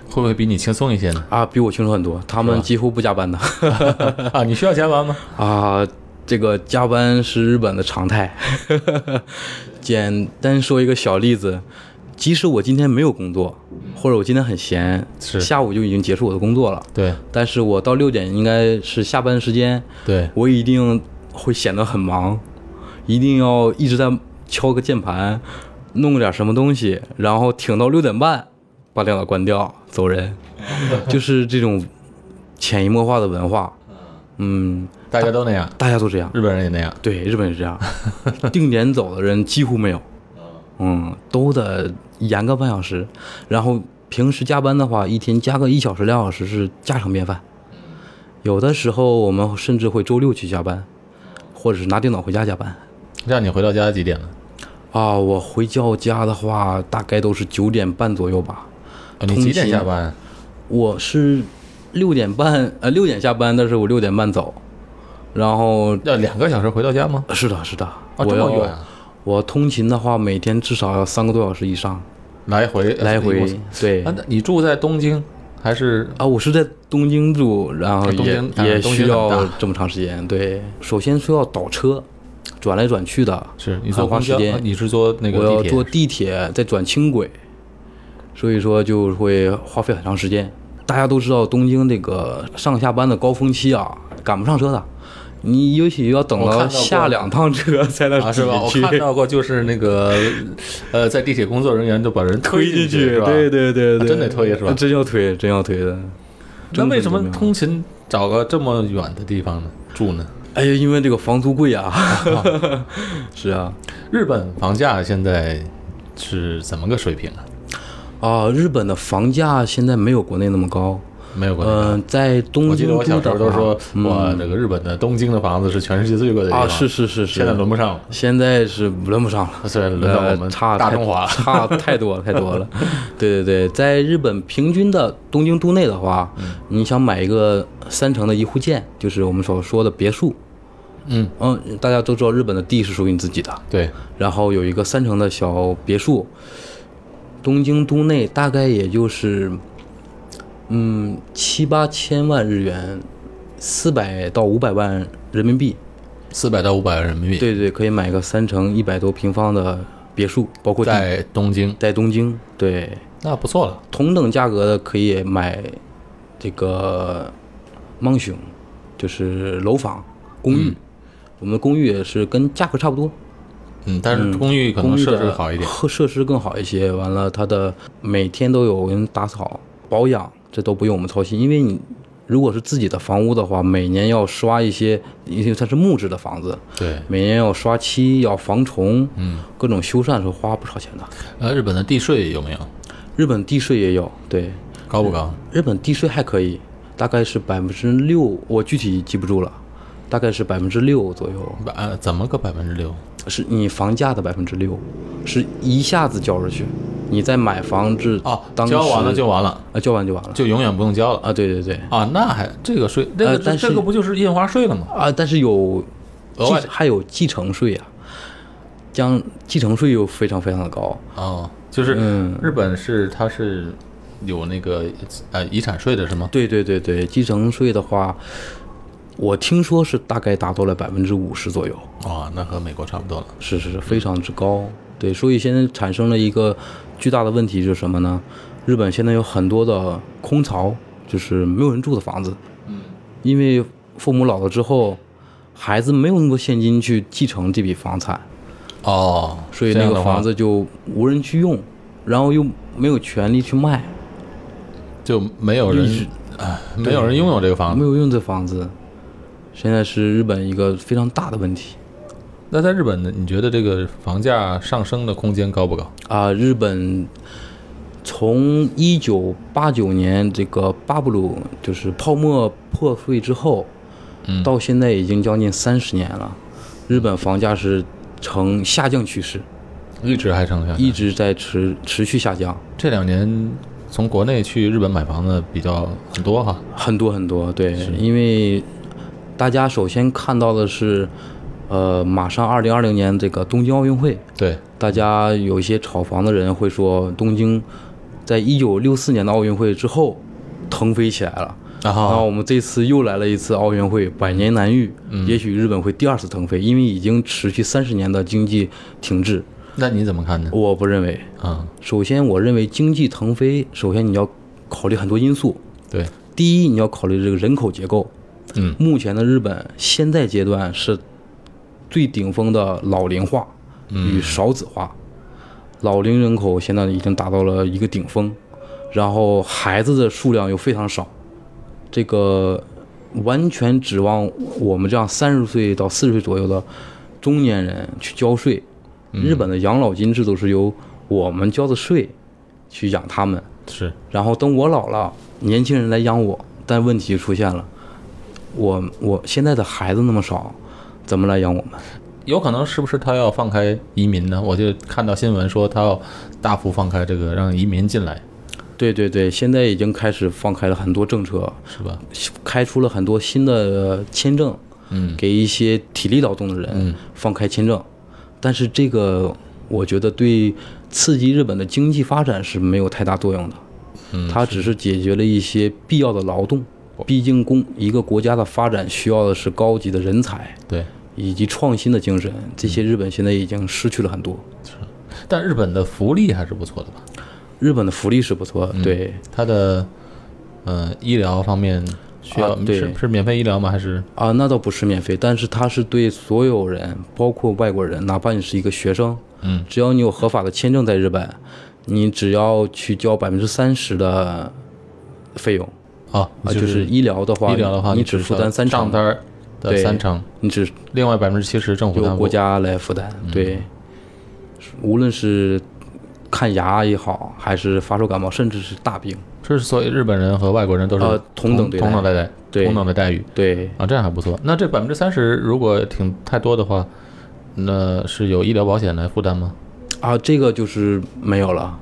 A: 会不会比你轻松一些 呢？
C: 啊，比我清楚很多，他们几乎不加班的
A: 啊，你需要加班吗？
C: 啊。这个加班是日本的常态。 简单说一个小例子，即使我今天没有工作，或者我今天很闲，
A: 是
C: 下午就已经结束我的工作了，
A: 对
C: 但是我到六点应该是下班时间，
A: 对，
C: 我一定会显得很忙，一定要一直在敲个键盘，弄点什么东西，然后挺到六点半，把电脑关掉走人， 就是这种潜移默化的文化。嗯，
A: 大家都那样，
C: 大家都这样，
A: 日本人也那样。
C: 对，日本是这样，定点走的人几乎没有，嗯，都得延个半小时，然后平时加班的话，一天加个一小时两小时是家常便饭，有的时候我们甚至会周六去加班，或者是拿电脑回家加班。
A: 让你回到家几点了？
C: 啊，我回到家的话，大概都是九点半左右吧。
A: 啊你
C: 通
A: 几点
C: 勤
A: 下班？
C: 我是六点半，呃，六点下班，但是我六点半走，然后
A: 要两个小时回到家吗？
C: 是的，是的，
A: 哦，
C: 我
A: 这
C: 要
A: 么远啊，
C: 我通勤的话，每天至少要三个多小时以上，
A: 来回
C: 来回
A: 啊，。
C: 对
A: 那你住在东京还是
C: 啊，我是在东京住，然后
A: 啊东
C: 也
A: 京啊
C: 也
A: 东
C: 需
A: 京很
C: 要
A: 大
C: 这么长时间。对，首先需要倒车，转来转去的，
A: 是你
C: 很
A: 坐
C: 花
A: 公
C: 时
A: 交？
C: 间
A: 啊你是坐那
C: 我
A: 个
C: 要
A: 地铁？
C: 坐
A: 啊
C: 地铁，再转轻轨，所以说就会花费很长时间。大家都知道东京这个上下班的高峰期啊，赶不上车的，你也许要等
A: 我看到
C: 到
A: 过
C: 下两趟车 才能
A: 啊，是吧？我
C: 挤进
A: 看
C: 去
A: 到过，就是那个，呃，在地铁工作人员都把人
C: 推
A: 进
C: 进去，
A: 是吧？啊
C: 对对对对，
A: 真得推是吧
C: 真要推，真要推的。
A: 那为什么
C: 真的
A: 通勤找个这么远的地方呢住呢？
C: 哎呀，因为这个房租 贵啊。是啊，
A: 日本房价现在是怎么个水平啊？
C: 啊，日本的房价现在没有国内那么高。
A: 没有过那个。
C: 嗯、在东
A: 我记
C: 京
A: 得
C: 都
A: 我小时候
C: 的
A: 都
C: 话嗯
A: 说，嗯哇，这个日本的东京的房子是全世界最贵的地方。
C: 啊，是，是是是，
A: 现在轮不上了。
C: 现在是轮不上了，
A: 虽然轮到我们
C: 呃差
A: 大
C: 太
A: 中华
C: 差太多了太 多了。对对对，在日本平均的东京都内的话，
A: 嗯
C: 你想买一个三层的一户建，就是我们所说的别墅。
A: 嗯
C: 嗯，大家都知道日本的地是属于你自己的，
A: 对，
C: 然后有一个三层的小别墅，东京都内大概也就是，嗯，七八千万日元，四百到五百万人民币。
A: 四百到五百人民币，
C: 对对，可以买个三层一百多平方的别墅，包括地
A: 在东京，
C: 在东京。对，
A: 那不错了。
C: 同等价格的可以买这个梦熊，就是楼房公寓。我们的公寓也是跟价格差不多，
A: 嗯，但是公寓可能
C: 公寓
A: 设
C: 的
A: 置好一点。
C: 和设施更好一些。完了，它的每天都有人打扫、保养，这都不用我们操心，因为你。如果是自己的房屋的话，每年要刷一些，因为它是木质的房子，
A: 对，
C: 每年要刷漆、要防虫，
A: 嗯，
C: 各种修缮是花不少钱的。
A: 呃，日本的地税有没有？
C: 日本地税也有，对，
A: 高不高？
C: 日本地税还可以，大概是百分之六，我具体记不住了，大概是百分之六左右，
A: 百呃怎么个百分之六？
C: 是你房价的百分之六，是一下子交出去，你再买房子
A: 哦，
C: 当时
A: 交完了就完了，
C: 啊，交完就完了，
A: 就永远不用交了
C: 啊，对对对，
A: 啊？那还这个税，那
C: 呃
A: 个
C: 但是
A: 这个不就是印花税了吗？
C: 啊，但是有
A: 额外的
C: 继还有继承税啊，将继承税又非常非常的高，
A: 哦，就是
C: 嗯
A: 日本是它是有那个呃遗产税的是吗？
C: 对对对对，继承税的话，我听说是大概达到了百分之五十左右，
A: 哦，那和美国差不多了。
C: 是是是，非常之高。对，所以现在产生了一个巨大的问题是什么呢？日本现在有很多的空巢，就是没有人住的房子，
F: 嗯
C: 因为父母老了之后，孩子没有那么多现金去继承这笔房产，
A: 哦，
C: 所以
A: 这
C: 那
A: 样
C: 个
A: 的话
C: 房子就无人去用，然后又没有权利去卖，
A: 就没有人，哎，没有人拥有这个房
C: 没
A: 子。
C: 有用这房子，现在是日本一个非常大的问题
A: 那在日本呢？你觉得这个房价上升的空间高不高？
C: 啊！日本从一九八九年这个巴布鲁就是泡沫破碎之后，
A: 嗯
C: 到现在已经将近三十年了，日本房价是呈下降趋势，
A: 一直还上下去。
C: 一直在持持续下降，
A: 这两年从国内去日本买房子比较很多哈。
C: 很多很多，对，因为大家首先看到的是，呃，马上二零二零年这个东京奥运会，
A: 对，
C: 大家有一些炒房的人会说，东京在一九六四年的奥运会之后腾飞起来了。
A: 然
C: 然后
A: 后
C: 我们这次又来了一次奥运会，百年难遇，也许日本会第二次腾飞，因为已经持续三十年的经济停滞。
A: 那你怎么看呢？
C: 我不认为，
A: 啊，
C: 首先我认为经济腾飞，首先你要考虑很多因素，
A: 对，
C: 第一，你要考虑这个人口结构。
A: 嗯
C: 目前的日本现在阶段是最顶峰的老龄化与少子化，老龄人口现在已经达到了一个顶峰，然后孩子的数量又非常少，这个完全指望我们这样三十岁到四十岁左右的中年人去交税。日本的养老金制度是由我们交的税去养他们，
A: 是
C: 然后等我老了，年轻人来养我。但问题就出现了，我我现在的孩子那么少，怎么来养我们？
A: 有可能是不是他要放开移民呢？我就看到新闻说他要大幅放开这个让移民进来，
C: 对对对，现在已经开始放开了很多政策，
A: 是吧？
C: 开出了很多新的呃签证，
A: 嗯，
C: 给一些体力劳动的人放开签证。但是这个我觉得对刺激日本的经济发展是没有太大作用的，它只是解决了一些必要的劳动。毕竟公一个国家的发展需要的是高级的人才，
A: 对。
C: 以及创新的精神，这些日本现在已经失去了很多。
A: 但日本的福利还是不错的吧？
C: 日本的福利是不错，
A: 嗯
C: 对，
A: 它的呃医疗方面需要、
C: 啊对
A: 是是免费医疗吗？还是
C: 啊，那倒不是免费，但是它是对所有人，包括外国人，哪怕你是一个学生，
A: 嗯，
C: 只要你有合法的签证在日本，你只要去交百分之三十的费用
A: 啊，
C: 啊，就是医疗的话，
A: 医疗的话，
C: 你
A: 只
C: 只负担三
A: 账
C: 成，
A: 单儿的
C: 对
A: 三成，
C: 你只
A: 另外百分之七十政府
C: 由
A: 担嗯
C: 国
A: 负。
C: 家来负担，对，无论是看牙也好，还是发烧感冒，甚至是大病，
A: 这是所以日本人和外国人都是
C: 呃
A: 同
C: 同等对待
A: 同等待待
C: 对
A: 同等的待遇
C: 对，
A: 啊，这样还不错。那这百分之三十如果挺太多的话，那是有医疗保险来负担吗？
C: 啊，这个就是没有了，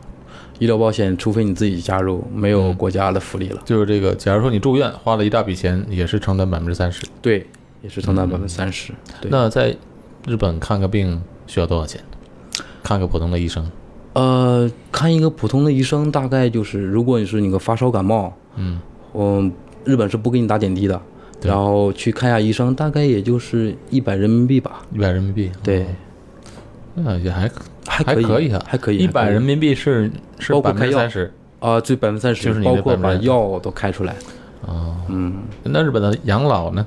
C: 医疗保险，除非你自己加入，没有
A: 嗯
C: 国家的福利了。
A: 就是这个，假如说你住院花了一大笔钱，也是承担百分之三十。
C: 对，也是承担百分之三十。对，
A: 那在日本看个病需要多少钱？看个普通的医生，
C: 呃，看一个普通的医生，大概就是，如果你是你个发烧感冒，
A: 嗯，
C: 嗯，日本是不给你打点滴的，
A: 对
C: 然后去看一下医生，大概也就是一百人民币吧。
A: 一百人民币。
C: 对，
A: 那也还
C: 还
A: 还
C: 可以
A: 可以啊，
C: 还可以
A: 一
C: 还
A: 百
C: 可以
A: 人民币是是
C: 包括
A: 百分
C: 开
A: 之
C: 药
A: 三十。
C: 啊，最百分之三十
A: 就是，你的
C: 包括把
A: 100%
C: 药都开出来。
A: 那日本的养老呢？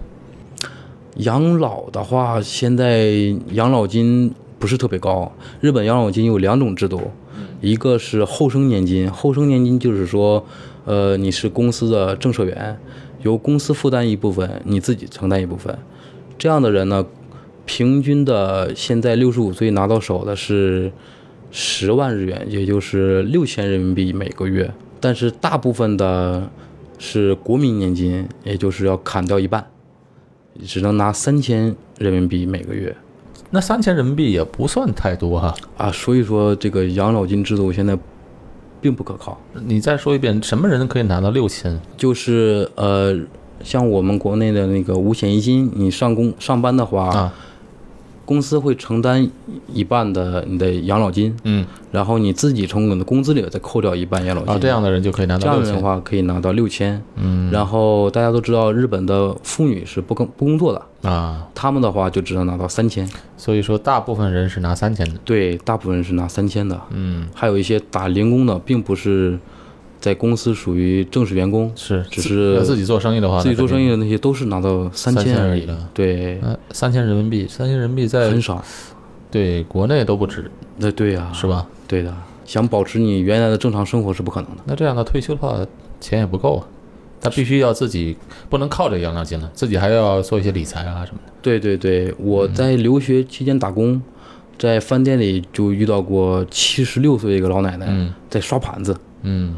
C: 养老的话，现在养老金不是特别高。日本养老金有两种制度，一个是后生年金，后生年金就是说，呃，你是公司的正社员，由公司负担一部分，你自己承担一部分。这样的人呢，平均的现在六十五岁拿到手的是十万日元，也就是六千人民币每个月。但是大部分的是国民年金，也就是要砍掉一半。只能拿三千人民币每个月
A: 那三千人民币也不算太多哈、
C: 啊，所以说这个养老金制度现在并不可靠。
A: 你再说一遍，什么人可以拿到六千？
C: 就是呃，像我们国内的那个五险一金，你上工上班的话，
A: 啊
C: 公司会承担一半的你的养老金，
A: 嗯，
C: 然后你自己从你的工资里再扣掉一半养老金。
A: 啊，这样的人就可以拿
C: 这
A: 到
C: 样
A: 六
C: 的
A: 千。
C: 话可以拿到六千，嗯，然后大家都知道日本的妇女是不工不工作的，
A: 啊，
C: 她们的话就只能拿到三千，
A: 所以说大部分人是拿三千的。
C: 对，大部分人是拿三千的，
A: 嗯，
C: 还有一些打零工的，并不是在公司属于正式员工，
A: 是，
C: 只是
A: 自己做生意的话，
C: 自己做生意的那些都是拿到三
A: 三千
C: 而
A: 而已了
C: 对，
A: 呃，三千人民币，三千人民币在
C: 很少。啊
A: 对国内都不止，
C: 那对呀、
A: 是吧？
C: 对的，想保持你原来的正常生活是不可能的。
A: 那这样他退休的话，钱也不够啊，他必须要自己，不能靠着养老金了，自己还要做一些理财啊什么的。
C: 对对对，我在留学期间打工，在饭店里就遇到过七十六岁的一个老奶奶、
A: 嗯
C: 在刷盘子，
A: 嗯，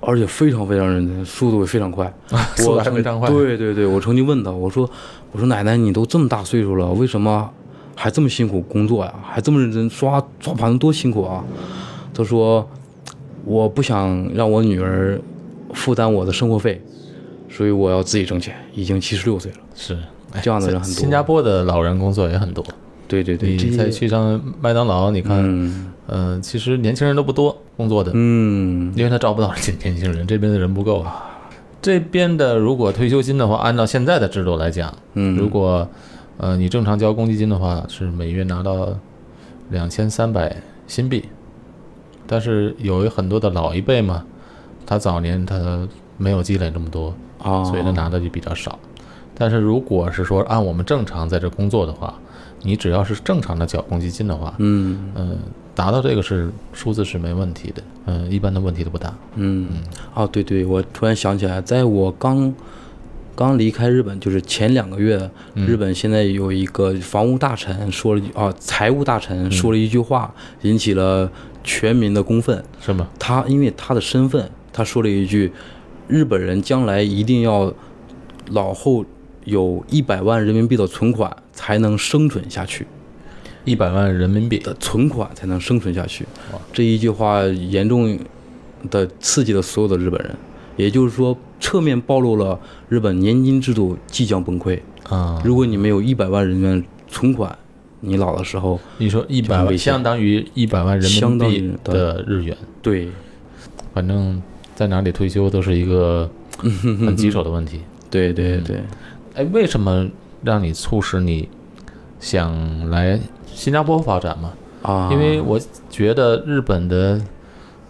C: 而且非常非常认真，速度也非常快。
A: 速
C: 我
A: 度还
C: 曾
A: 非常快。
C: 对对对，我曾经问她，我说我说奶奶，你都这么大岁数了，为什么还这么辛苦工作呀？还这么认真刷刷盘子，多辛苦啊！她说我不想让我女儿负担我的生活费，所以我要自己挣钱。已经七十六岁了，
A: 是
C: 这样的人很多。
A: 新加坡的老人工作也很多，
C: 对对对，
A: 你
C: 这
A: 再去上麦当劳，你看，
C: 嗯
A: 呃，其实年轻人都不多工作的，
C: 嗯，
A: 因为他招不到年年轻人，这边的人不够啊。这边的如果退休金的话，按照现在的制度来讲，
C: 嗯
A: 如果呃你正常交公积金的话，是每月拿到两千三百新币。但是有很多的老一辈嘛，他早年他没有积累这么多，
C: 啊，
A: 所以他拿的就比较少。但是如果是说按我们正常在这工作的话，你只要是正常的缴公积金的话，
C: 嗯
A: 嗯，达到这个是数字是没问题的，嗯，一般的问题都不大。
C: 嗯，哦对对，我突然想起来，在我刚刚离开日本，就是前两个月，日本现在有一个房屋大臣说了一啊，财务大臣说了一句话，引起了全民的公愤。
A: 是吗？
C: 他因为他的身份，他说了一句：“日本人将来一定要老后有一百万人民币的存款才能生存下去。”
A: 一百万人民币，
C: 的存款才能生存下去。这一句话严重的刺激了所有的日本人，也就是说，侧面暴露了日本年金制度即将崩溃。
A: 啊、
C: 如果你没有一百万人民币存款，你老的时候，
A: 你说一百
C: 很危
A: 万，
C: 险
A: 相当于一百万人
C: 相
A: 民
C: 当
A: 币
C: 于
A: 的日元，
C: 对
A: 反正在哪里退休都是一 个很棘手的问题。
C: 对对对，
A: 哎，为什么让你促使你想来新加坡发展嘛？
C: 啊，
A: 嗯因为我觉得日本的，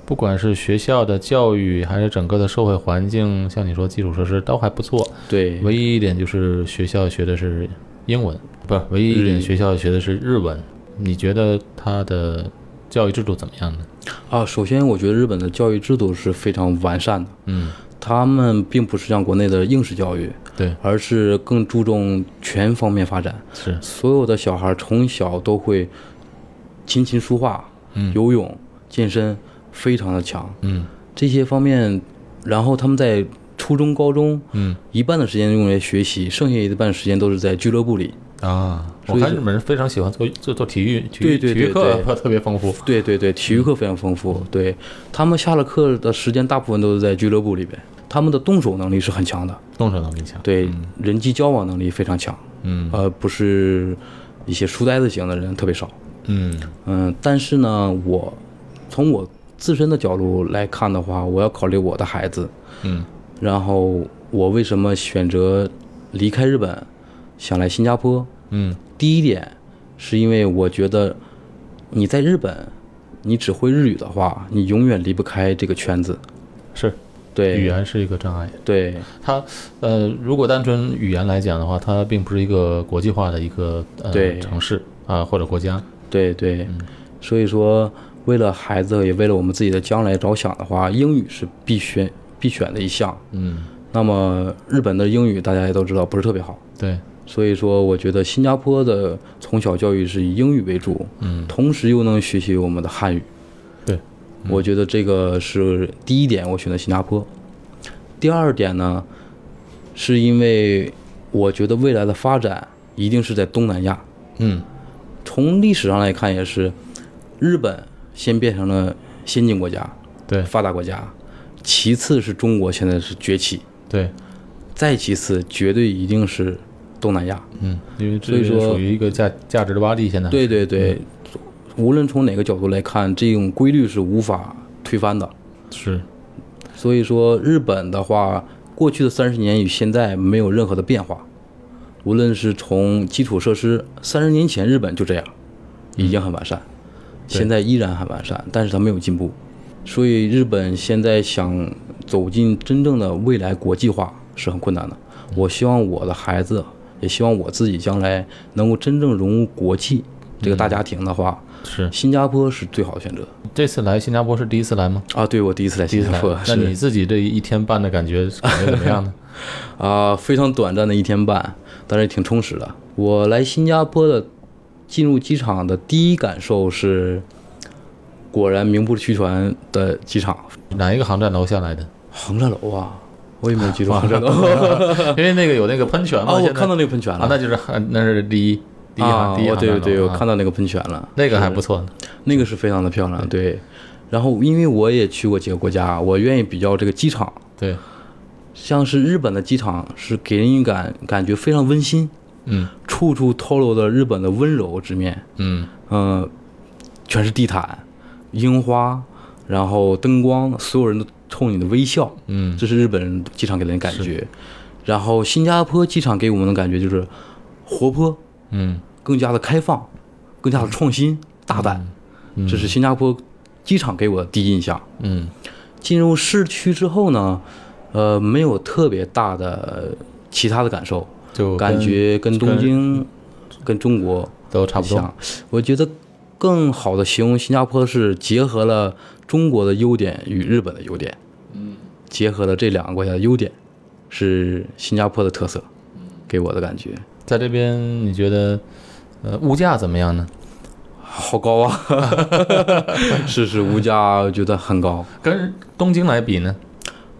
A: 不管是学校的教育，还是整个的社会环境，像你说基础设施都还不错。
C: 对
A: 唯一一点就是学校学的是英文，不是唯一一点学校学的是日文。你觉得它的教育制度怎么样呢？
C: 啊，首先我觉得日本的教育制度是非常完善的，
A: 嗯，
C: 他们并不是像国内的应试教育，
A: 对，
C: 而是更注重全方面发展。
A: 是
C: 所有的小孩从小都会琴棋书画、
A: 嗯
C: 游泳、健身，非常的强。
A: 嗯
C: 这些方面，然后他们在初中、高中
A: 嗯
C: 一半的时间用来学习，剩下一半时间都是在俱乐部里。
A: 啊，我
C: 所以
A: 看
C: 是
A: 日本人非常喜欢做做做体育，体
C: 对
A: 育
C: 对
A: 体育
C: 对
A: 课
C: 对
A: 特别丰富。
C: 对对对，体育课非常丰富。对他们下了课的时间，大部分都是在俱乐部里边。他们的动手能力是很强的，
A: 动手能力强，
C: 对、人际交往能力非常强，
A: 嗯
C: 呃，不是一些书呆子型的人特别少。
A: 嗯
C: 嗯，但是呢，我从我自身的角度来看的话，我要考虑我的孩子，
A: 嗯
C: 然后我为什么选择离开日本，想来新加坡？
A: 嗯
C: 第一点是因为我觉得你在日本，你只会日语的话，你永远离不开这个圈子。
A: 是
C: 对，
A: 语言是一个障碍。
C: 对
A: 它呃，如果单纯语言来讲的话，它并不是一个国际化的一个呃
C: 对
A: 城市啊、或者国家。
C: 对对，所以说为了孩子也为了我们自己的将来着想的话，英语是必选必选的一项。
A: 嗯，
C: 那么日本的英语大家也都知道不是特别好，
A: 对，
C: 所以说我觉得新加坡的从小教育是以英语为主，
A: 嗯
C: 同时又能学习我们的汉语。
A: 对，
C: 我觉得这个是第一点，我选择新加坡。第二点呢，是因为我觉得未来的发展一定是在东南亚。
A: 嗯
C: 从历史上来看，也是日本先变成了先进国家、
A: 对
C: 发达国家，其次是中国现在是崛起，
A: 对，
C: 再其次绝对一定是东南亚。
A: 嗯，因为
C: 所
A: 这
C: 以
A: 个
C: 说
A: 属于一个价价值的洼地，现在
C: 对对对，无论从哪个角度来看，这种规律是无法推翻的。
A: 是
C: 所以说，日本的话，过去的三十年与现在没有任何的变化，无论是从基础设施，三十年前日本就这样，已经很完
A: 嗯
C: 善，现在依然很完善，但是它没有进步。所以日本现在想走进真正的未来国际化是很困难的。我希望我的孩子，也希望我自己将来能够真正融入国际这
A: 嗯
C: 个大家庭的话，
A: 是
C: 新加坡是最好的选择
A: 这次来新加坡是第一次来吗？
C: 啊！对，我第一次来
A: 第一
C: 新
A: 次
C: 加
A: 来
C: 坡，，
A: 那
C: 是
A: 你自己这一天半的感 觉感觉怎么样呢？
C: 啊、非常短暂的一天半，但是挺充实的。我来新加坡的，进入机场的第一感受是，果然名不虚传的机场，
A: 哪一个航站楼下来的？
C: 航站楼啊，我也没有 记住航站楼啊，
A: 因为那个有那个喷泉嘛，
C: 哦我
A: 现在
C: 看到那个喷泉
A: 啊
C: 了，，
A: 那就是那是第一第一
C: 啊，
A: 航第一
C: 我
A: 航
C: 对
A: 站
C: 对
A: 楼
C: 对，我
A: 啊
C: 看到那个喷泉了，
A: 那个还不错呢。
C: 那个是非常的漂亮，对。然后因为我也去过几个国家，我愿意比较这个机场，
A: 对，
C: 像是日本的机场是给人一感感觉非常温馨，
A: 嗯
C: 处处透露着日本的温柔之面。
A: 嗯，
C: 嗯，全是地毯、樱花，然后灯光，所有人都冲你的微笑，
A: 嗯
C: 这是日本人机场给人的感觉。然后新加坡机场给我们的感觉就是活泼，
A: 嗯
C: 更加的开放，更加的创新、大胆，这是新加坡机场给我的第一印象。
A: 嗯
C: 进入市区之后呢，呃，没有特别大的其他的感受，
A: 就
C: 感
A: 跟
C: 觉跟东京、跟中国
A: 都差不多。
C: 像我觉得更好的形容新加坡是结合了中国的优点与日本的优点，嗯，结合了这两个国家的优点，是新加坡的特色，给我的感觉
A: 在这边你觉得，呃，物价怎么样呢？
C: 好高啊， 是是，物价我觉得很高，
A: 跟东京来比呢，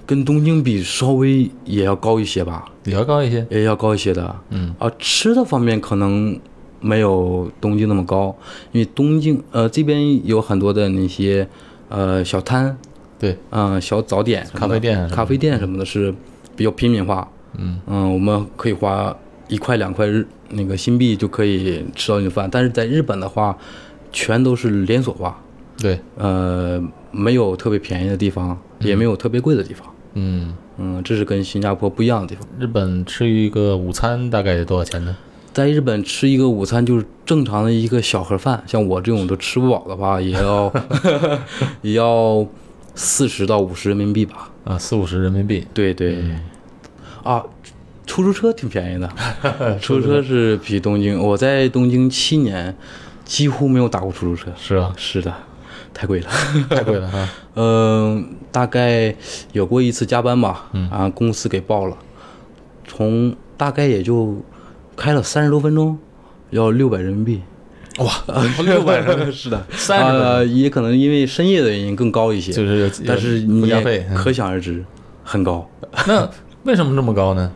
C: 跟东京比稍微也要高一些吧，
A: 也要高一些。
C: 也要高一些的，
A: 嗯
C: 啊，吃的方面可能没有东京那么高，因为东京呃这边有很多的那些呃小摊，
A: 对，
C: 嗯，小早点什么的、
A: 咖啡店啊什么的
C: 咖啡店什么的是比较平民化。
A: 嗯
C: 我们可以花一块两块日那个新币就可以吃到一顿饭，但是在日本的话，全都是连锁化，
A: 对，
C: 呃，没有特别便宜的地方，也没有特别贵的地方。
A: 嗯，
C: 嗯，这是跟新加坡不一样的地方。
A: 日本吃一个午餐大概多少钱呢？
C: 在日本吃一个午餐就是正常的一个小盒饭，像我这种都吃不饱的话，也要 也要四十到五十人民币吧。
A: 啊，四五十人民币。
C: 对对，啊，出租车挺便宜 的，出租车是比东京，我在东京七年，几乎没有打过出租车。
A: 是啊，
C: 是的，太 贵了。
A: 太贵了哈。
C: 嗯，大概有过一次加班吧，啊，公司给报了，从大概也就开了三十多分钟，要六百人民币。
A: 哇，六百人
C: 是的，
A: 30分钟
C: 啊，也可能因为深夜的原因更高一些，
A: 就是有有
C: 但是
A: 附
C: 你
A: 加
C: 也
A: 费。嗯
C: 可想而知，很高。
A: 那为什么这么高呢？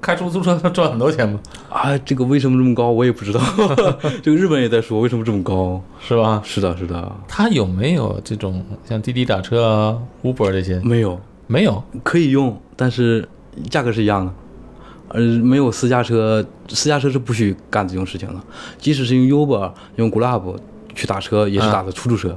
A: 开出租车赚很多钱吗？
C: 啊，这个为什么这么高？我也不知道。 这个日本也在说为什么这么高。
A: 是吧？
C: 是的，是的，
A: 他有没有这种像滴滴打车啊、Uber 这些？
C: 没有
A: 没有，
C: 可以用，但是价格是一样的。呃，没有私家车，私家车是不许干这种事情的。即使是用 Uber、用 Grab 去打车，也是打的出租车。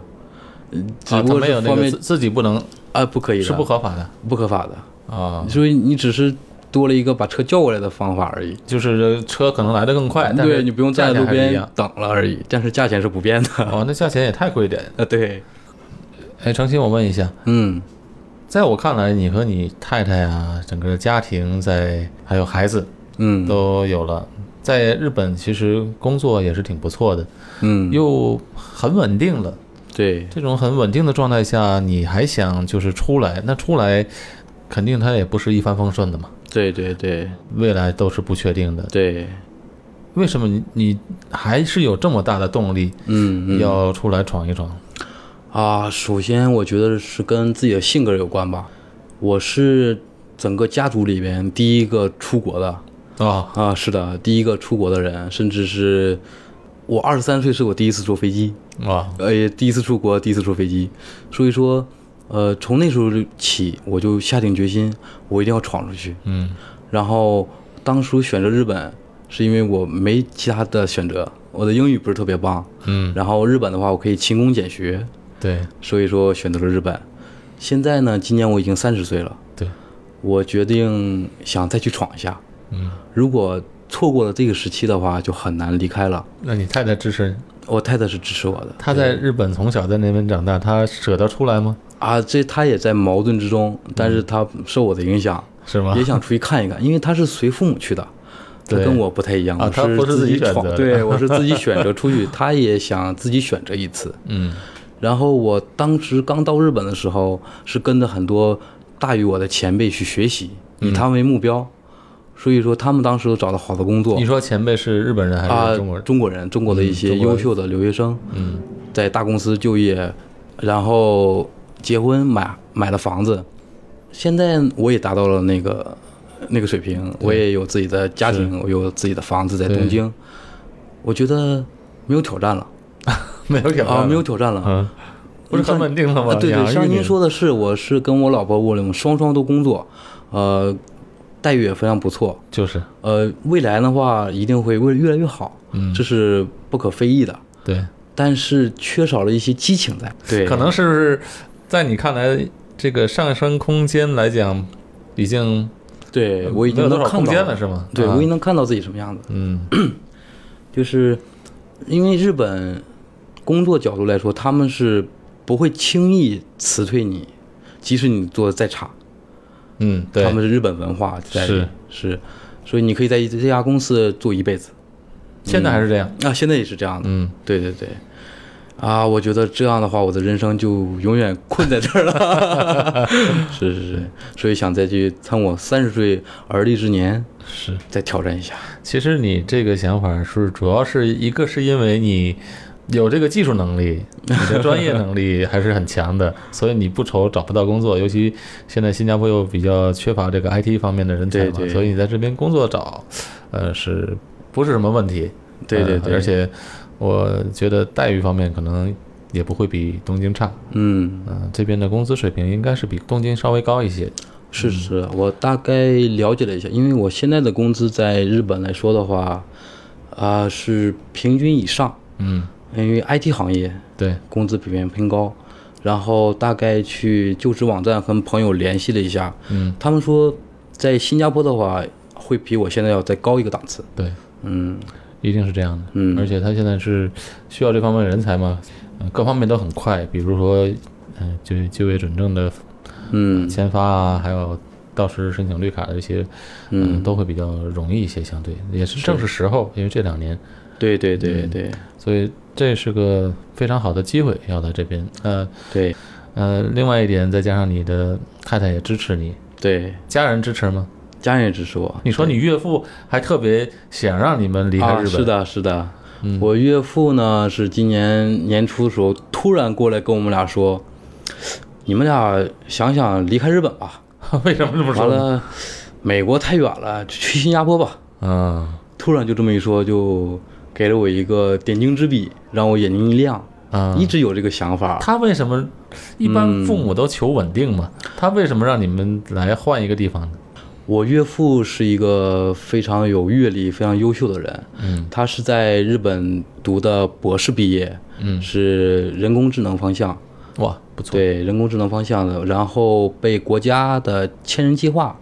C: 嗯，只
A: 啊，
C: 不
A: 他
C: 过
A: 没有
C: 是
A: 那
C: 方
A: 个
C: 面
A: 自自己不能
C: 啊，不可以的，
A: 是不合法的
C: 不合法的。
A: 啊，
C: 所以你只是多了一个把车叫过来的方法而已。
A: 就是车可能来的更快，哎但是
C: 嗯对你不用
A: 价
C: 在
A: 钱
C: 路
A: 还是一
C: 边
A: 样。
C: 等了而已，但是价钱是不变的。
A: 哦，那价钱也太贵一点。
C: 啊，对，
A: 哎，程鑫，我问一下，
C: 嗯。
A: 在我看来，你和你太太啊，整个家庭在还有孩子
C: 嗯，
A: 都有了，在日本其实工作也是挺不错的，
C: 嗯，
A: 又很稳定了。
C: 对，
A: 这种很稳定的状态下，你还想就是出来，那出来肯定它也不是一帆风顺的嘛，
C: 对对对
A: 未来都是不确定的。
C: 对，
A: 为什么你你还是有这么大的动力
C: 嗯嗯
A: 要出来闯一闯？
C: 啊，首先我觉得是跟自己的性格有关吧。我是整个家族里边第一个出国的
A: 哦，
C: 啊，是的，第一个出国的人，甚至是我二十三岁是我第一次坐飞机，
A: 哇，
C: 呃，也第一次出国，第一次坐飞机，所以说，呃，从那时候起我就下定决心，我一定要闯出去。
A: 嗯
C: 然后当初选择日本，是因为我没其他的选择，我的英语不是特别棒，
A: 嗯，
C: 然后日本的话，我可以勤工俭学，
A: 对
C: 所以说选择了日本。现在呢，今年我已经三十岁了，
A: 对，
C: 我决定想再去闯一下。
A: 嗯，
C: 如果错过了这个时期的话，就很难离开了。
A: 那你太太支持你？
C: 我太太是支持我的
A: 他在日本从小在那边长大，他舍得出来吗？
C: 啊，这她也在矛盾之中，但是她受我的影响，
A: 是吗？
C: 也想出去 看一看，因为她是随父母去的，她
A: 嗯对
C: 跟我不太一样，
A: 啊
C: 我
A: 她不是
C: 自
A: 自己选
C: 闯
A: 择的
C: 对我是自己选择 出去，她也想自己选择一次。
A: 嗯，
C: 然后我当时刚到日本的时候，是跟着很多大于我的前辈去学习，以他们为目标，所以说他们当时都找到好的工作
A: 你。说前辈是日本人还
C: 啊，
A: 是中国人？嗯
C: 中国人，中国的一些
A: 中国
C: 优
A: 人
C: 秀的留学生，
A: 嗯
C: 在大公司就业，然后结婚买买了房子，现在我也达到了那个那个水平，我也有自己的家庭，我有自己的房子在
A: 对
C: 东京，我觉得没有挑战了
A: 没有挑战
C: 啊，没有挑战了。
A: 嗯，不是很稳定了吗？
C: 啊对
A: 养
C: 对，
A: 育
C: 像
A: 你
C: 您说的是，我是跟我老婆，我们双双都工作，呃，待遇也非常不错，
A: 就是
C: 呃，未来的话一定会越越来越好，
A: 嗯
C: 这是不可非议的。
A: 对，
C: 但是缺少了一些激情在。对
A: 可能是不是在你看来，这个上升空间来讲，已经
C: 对我已
A: 呃没
C: 经
A: 有多
C: 能
A: 少
C: 看
A: 空
C: 到
A: 间了，是吗？
C: 对
A: 啊
C: 我已经能看到自己什么样子。
A: 嗯
C: 就是因为日本工作角度来说，他们是不会轻易辞退你，即使你做的再差，
A: 嗯，对
C: 他，们是日本文化在
A: 是
C: 是，所以你可以在这家公司做一辈子。
A: 现在还是这样。
C: 啊，现在也是这样的。
A: 嗯，
C: 对对对。啊，我觉得这样的话，我的人生就永远困在这 儿了。是是是，所以想再去趁我三十岁而立之年，
A: 是。
C: 再挑战一下。
A: 其实你这个想法是主要是一个是因为你有这个技术能力，你的专业能力还是很强的， 所以你不愁找不到工作。尤其现在新加坡又比较缺乏这个 IT 方面的人才嘛，
C: 对对
A: 所以你在这边工作找，呃，是不是什么问题？
C: 对对
A: 呃
C: 对
A: 而且我觉得待遇方面可能也不会比东京差。
C: 嗯，
A: 嗯、这边的工资水平应该是比东京稍微高一些。
C: 是
A: 嗯
C: 是，我大概了解了一下，因为我现在的工资在日本来说的话，啊、是平均以上，
A: 嗯，
C: 因为 IT 行业
A: 对，
C: 工资普遍偏高。然后大概去就职网站跟朋友联系了一下，
A: 嗯，
C: 他们说在新加坡的话，会比我现在要再高一个档次。
A: 对。
C: 嗯，
A: 一定是这样的，
C: 嗯
A: 而且他现在是需要这方面的人才嘛，呃各方面都很快，比如说，呃，就就业准证的
C: 嗯
A: 签发啊，还有到时申请绿卡的一些，嗯、都会比较容易一些，相对也是正是时候，因为这两年，
C: 对对对对
A: 所以这是个非常好的机会，要在这边，呃
C: 对
A: 呃，另外一点，再加上你的太太也支持你，
C: 对，
A: 家人支持吗？
C: 家人也支持我。
A: 你说你岳父还特别想让你们离开
C: 啊，
A: 日本，嗯
C: 是，的，是的。我岳父呢是今年年初的时候突然过来跟我们俩说：“你们俩想想离开日本吧，
A: 为什么这么说
C: 完
A: 呢？
C: 了美国太远了，去新加坡吧。”
A: 嗯。
C: 突然就这么一说，就给了我一个点睛之笔，让我眼睛一亮。
A: 啊
C: 一直有这个想法。
A: 他为什么一般父母都求稳定嘛？他为什么让你们来换一个地方呢？
C: 我岳父是一个非常有阅历、非常优秀的人。
A: 嗯，
C: 他是在日本读的博士毕业，
A: 嗯
C: 是人工智能方向，
A: 哇，不错，
C: 对人工智能方向的，然后被国家的千人计划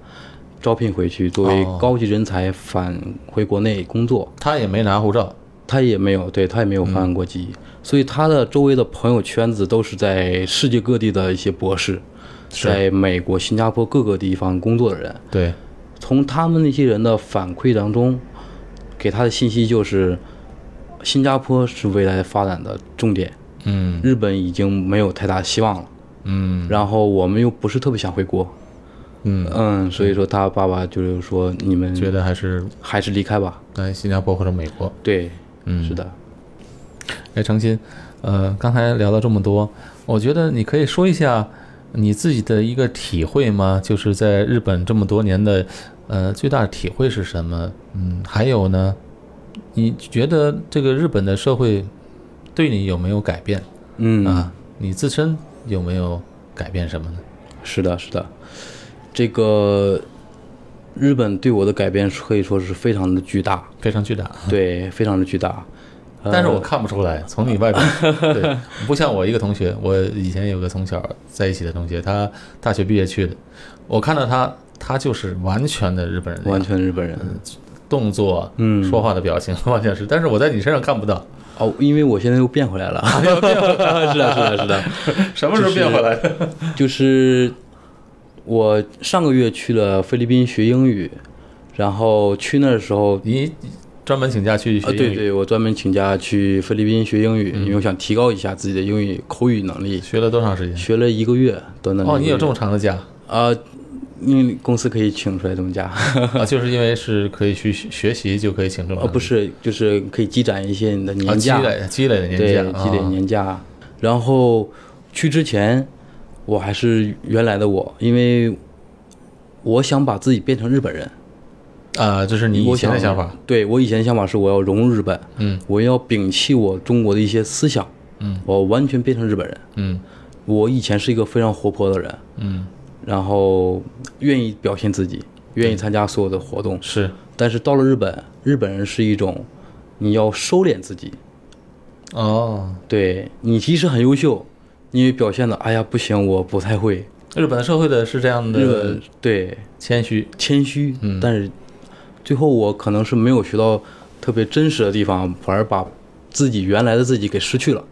C: 招聘回去，作为
A: 哦
C: 高级人才返回国内工作。
A: 他也没拿护照，
C: 他也没有，对他也没有换国
A: 嗯
C: 籍，所以他的周围的朋友圈子都是在世界各地的一些博士，
A: 是
C: 在美国、新加坡各个地方工作的人。
A: 对，
C: 从他们那些人的反馈当中，给他的信息就是，新加坡是未来发展的重点，
A: 嗯
C: 日本已经没有太大希望了。
A: 嗯
C: 然后我们又不是特别想回国，
A: 嗯，
C: 嗯，所以说他爸爸就是说你们
A: 觉得还是
C: 还是离开吧。
A: 来新加坡或者美国。
C: 对，
A: 嗯
C: 是的，
A: 哎，程鑫，呃，刚才聊了这么多，我觉得你可以说一下你自己的一个体会吗？就是在日本这么多年的，呃，最大的体会是什么？嗯，还有呢，你觉得这个日本的社会对你有没有改变？
C: 嗯
A: 啊，你自身有没有改变什么呢？
C: 是的，是的，这个日本对我的改变可以说是非常的 巨大，
A: 非常巨大，
C: 对，非常的巨大。呃
A: 但是我看不出来，从你外表， 对，不像我一个同学，我以前有个从小在一起的同学，他大学毕业去的，我看到他，他就是完全的日本人的样
C: 完
A: 子，
C: 全日本人，
A: 动作，
C: 嗯
A: 说话的表情完全是，但是我在你身上看不到，
C: 哦，因为我现在又变回来了， 啊是的，是的，是的，
A: 什么时候变回来的？
C: 就是我上个月去了菲律宾学英语，然后去那儿的时候，
A: 你专门请假去学
C: 啊，对
A: 英语，嗯
C: 对，我专门请假去菲律宾学英语，因为我想提高一下自己的英语口语能力，
A: 学了多长时间？
C: 学了一个月，短短
A: 哦，你有这
C: 么
A: 么长的假
C: 啊？因为公司可以请出来这么假，
A: 啊？就是因为是可以去学习就可以请这么
C: 呃，
A: 长
C: 不是，就是可以积攒一些你的年
A: 啊，积
C: 假，
A: 累积累的年
C: 对，
A: 假，
C: 积累
A: 啊
C: 年假。然后去之前，我还是原来的我，因为我想把自己变成日本人。
A: 啊，这是你以
C: 我
A: 前的想法，
C: 对我以前的想法是我要融入日本，
A: 嗯，
C: 我要摒弃我中国的一些思想，
A: 嗯，
C: 我完全变成日本人。
A: 嗯
C: 我以前是一个非常活泼的人，
A: 嗯，
C: 然后愿意表现自己，愿意参加所有的活动，
A: 是
C: 但是到了日本，日本人是一种你要收敛自己，
A: 哦。
C: 对你即使很优秀，你也表现的哎呀不行，我不太会。
A: 日本社会的是这样
C: 日
A: 的
C: 本对
A: 谦虚，
C: 谦虚，但是最后我可能是没有学到特别真实的地方，反而把自己原来的自己给失去了。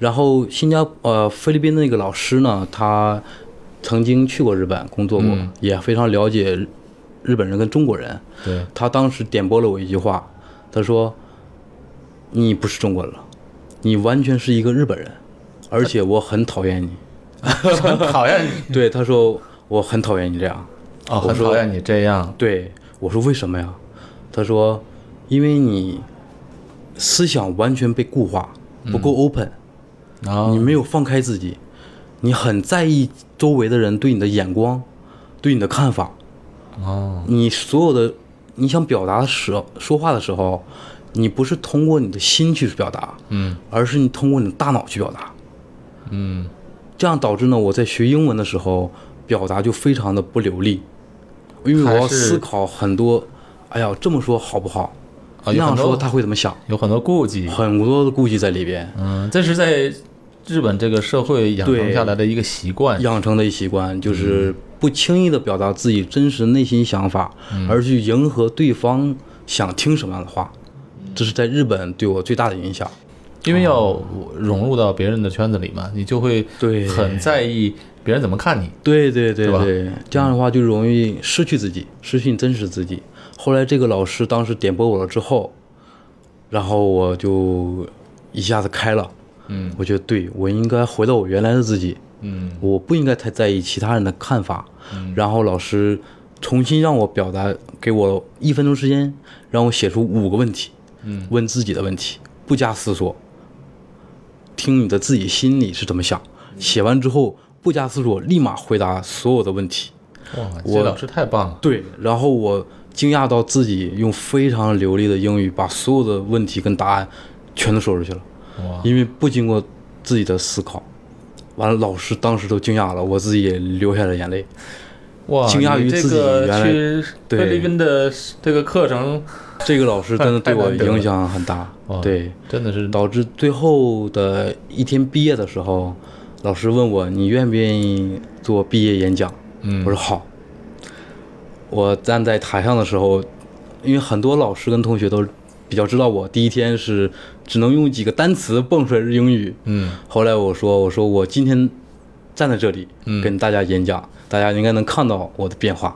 C: 然后新加呃菲律宾的那个老师呢，他曾经去过日本工作过，
A: 嗯
C: 也非常了解日日本人跟中国人。
A: 对，
C: 他当时点拨了我一句话，他说：“你不是中国人了，你完全是一个日本人，而且我很讨厌你。
A: 很讨厌你”
C: 对，他说：“我很讨厌你这样。
A: 哦，很讨厌你这样，
C: 对我说：“为什么呀？”他说：“因为你思想完全被固化，不够 open，、
A: 然后
C: 你没有放开自己，你很在意周围的人对你的眼光，对你的看法。”
A: 哦，
C: 你所有的你想表达的时候说话的时候，你不是通过你的心去表达，
A: 嗯
C: 而是你通过你的大脑去表达。
A: 嗯，
C: 这样导致呢，我在学英文的时候表达就非常的不流利，因为我要
A: 还是
C: 思考很多。哎呀，这么说好不好？
A: 啊
C: 那
A: 有很
C: 样
A: 多嗯
C: 说他会怎么想？
A: 有很多顾忌，
C: 很多的顾忌在里边，
A: 嗯，这是在日本这个社会养成
C: 对
A: 下来的一个习惯，
C: 养成的一习惯就是不轻易的表达自己真实内心想法，而去迎合对方想听什么样的话。这是在日本对我最大的影响。
A: 因为要融入到别人的圈子里嘛，你就会
C: 哦对
A: 很在意别人怎么看你，
C: 对对对
A: 对吧嗯
C: 对，这样的话就容易失去自己，失去你真实自己。后来这个老师当时点拨我了之后，然后我就一下子开了，
A: 嗯
C: 我觉得对我应该回到我原来的自己，
A: 嗯
C: 我不应该太在意其他人的看法。然后老师重新让我表达，给我一分钟时间，让我写出五个问题，
A: 嗯
C: 问自己的问题，不加思索，听你的自己心里是怎么想。写完之后不加思索，立马回答所有的问题。
A: 哇，
C: 我
A: 这老师太棒了，
C: 对，然后我惊讶到自己用非常流利的英语把所有的问题跟答案全都说出去了。
A: 哇，
C: 因为不经过自己的思考，完了老师当时都惊讶了，我自己也流下了眼泪。
A: 哇，
C: 惊讶于
A: 你这
C: 自己
A: 个
C: 原来
A: 去
C: 对
A: 菲律宾的这个课程，
C: 这个老师真的
A: 太
C: 对我
A: 难得了
C: 影响很大
A: 哇，
C: 对，
A: 真的是
C: 导致最后的一天毕业的时候，老师问我你愿不愿意做毕业演讲？
A: 嗯
C: 我说好。我站在台上的时候，因为很多老师跟同学都比较知道我第一天是只能用几个单词蹦出来的英语，
A: 嗯
C: 后来我说，我说我今天站在这里
A: 嗯
C: 跟大家演讲，大家应该能看到我的变化，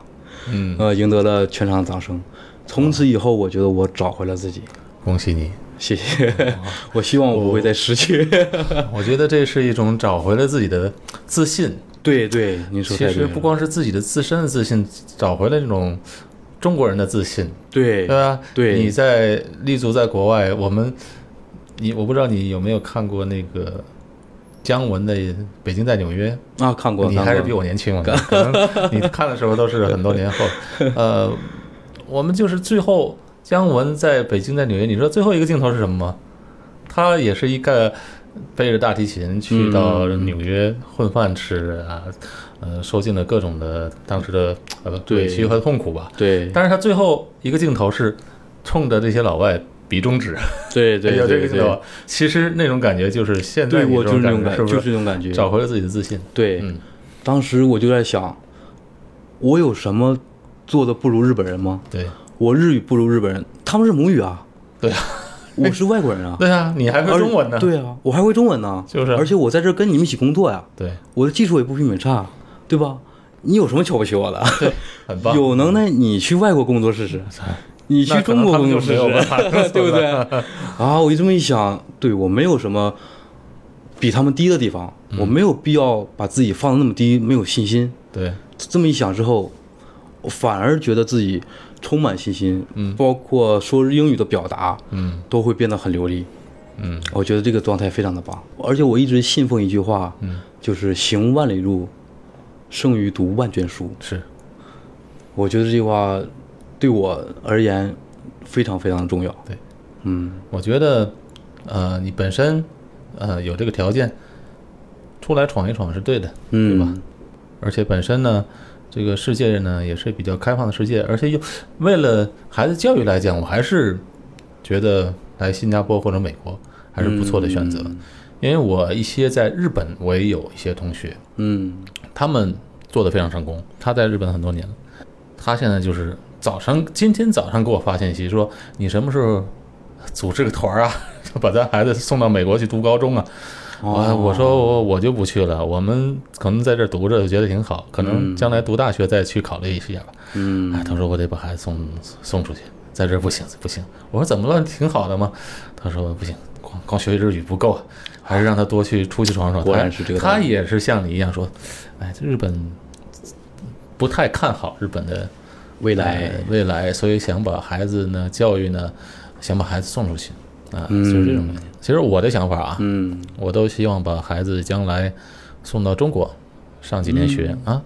A: 嗯，
C: 呃，赢得了全场掌声。从此以后，我觉得我找回了自己。
A: 恭喜你。
C: 谢谢，
A: 哦
C: 我希望我不会再失去。
A: 哎我觉得这是一种找回了自己的自信。
C: 对对，您说
A: 其
C: 太对
A: 实
C: 了。
A: 不光是自己的自身的自信，找回了这种中国人的自信，
C: 对
A: 对吧？
C: 对
A: 你在立足在国外，我们，你我不知道你有没有看过那个姜文的《北京在纽约》，
C: 啊，看过，
A: 你
C: 看
A: 还是
C: 过
A: 比我年 轻，我觉得可能你看的时候都是很多年后。呃，我们就是最后姜文在北京在纽约，你知道最后一个镜头是什么吗？他也是一个背着大提琴
C: 嗯
A: 去到纽约混饭吃啊，呃，受尽了各种的当时的呃委屈和痛苦吧。
C: 对
A: 但是他最后一个镜头是冲着这些老外比中指，哎
C: 对 对
A: 有这
C: 对
A: 个镜头
C: 对，。
A: 其实那种感觉就是现在
C: 对
A: 你
C: 我
A: 这
C: 就是
A: 种
C: 那种
A: 感
C: 感，
A: 觉，是不
C: 就是那种感觉。
A: 找回了自己的自信？
C: 对，
A: 嗯
C: 当时我就在想，我有什么做的不如日本人吗？
A: 对。
C: 我日语不如日本人，他们是母语啊。
A: 对啊，
C: 我是外国人啊，
A: 对啊，你还会
C: 而
A: 中文呢？
C: 对啊，我还会中文呢，
A: 就是
C: 而且我在这儿跟你们一起工作呀，
A: 对，
C: 我的技术也不比你们差，对吧？你有什么瞧不起我的？
A: 很棒。
C: 有能耐你去外国工作试试，你去
A: 那可
C: 中
A: 能
C: 国
A: 他
C: 工
A: 们
C: 作
A: 就
C: 试
A: 没
C: 试
A: 有办 法，
C: 对不对？啊，我一这么一想，对我没有什么比他们低的地方，
A: 嗯
C: 我没有必要把自己放的那么低，没有信心。
A: 对，
C: 这么一想之后，我反而觉得自己充满信心，嗯，包括说英语的表达，
A: 嗯，
C: 都会变得很流利，
A: 嗯，
C: 我觉得这个状态非常的棒。而且我一直信奉一句话，嗯，就是行万里路，胜于读万卷书。
A: 是，
C: 我觉得这句话对我而言非常非常重要。
A: 对，
C: 嗯，
A: 我觉得，呃，你本身，呃，有这个条件，出来闯一闯是对的，
C: 嗯，
A: 对吧？而且本身呢，这个世界呢也是比较开放的世界，而且又为了孩子教育来讲，我还是觉得来新加坡或者美国还是不错的选择，
C: 嗯
A: 因为我一些在日本我也有一些同学，
C: 嗯
A: 他们做的非常成功。他在日本很多年了，他现在就是早上今天早上给我发信息说，你什么时候组织个团儿啊， 把咱孩子送到美国去读高中啊？
C: 哦
A: 我我说我我就不去了，我们可能在这儿读着就觉得挺好，可能将来读大学再去考虑一下吧。
C: 嗯
A: 哎，他说我得把孩子送送出去，在这儿不行不行。我说怎么了？挺好的嘛。他说不行，光光学日语不够啊，还是让他多去出去闯闯。
C: 果然
A: 他
C: 是这个道
A: 他
C: 理
A: 也是像你一样说，哎，这日本不太看好日本的
C: 未
A: 呃
C: 来，
A: 未来，所以想把孩子呢教育呢，想把孩子送出去啊，就是这种概念。其实我的想法啊，
C: 嗯
A: 我都希望把孩子将来送到中国上几年学、
C: 嗯
A: 啊，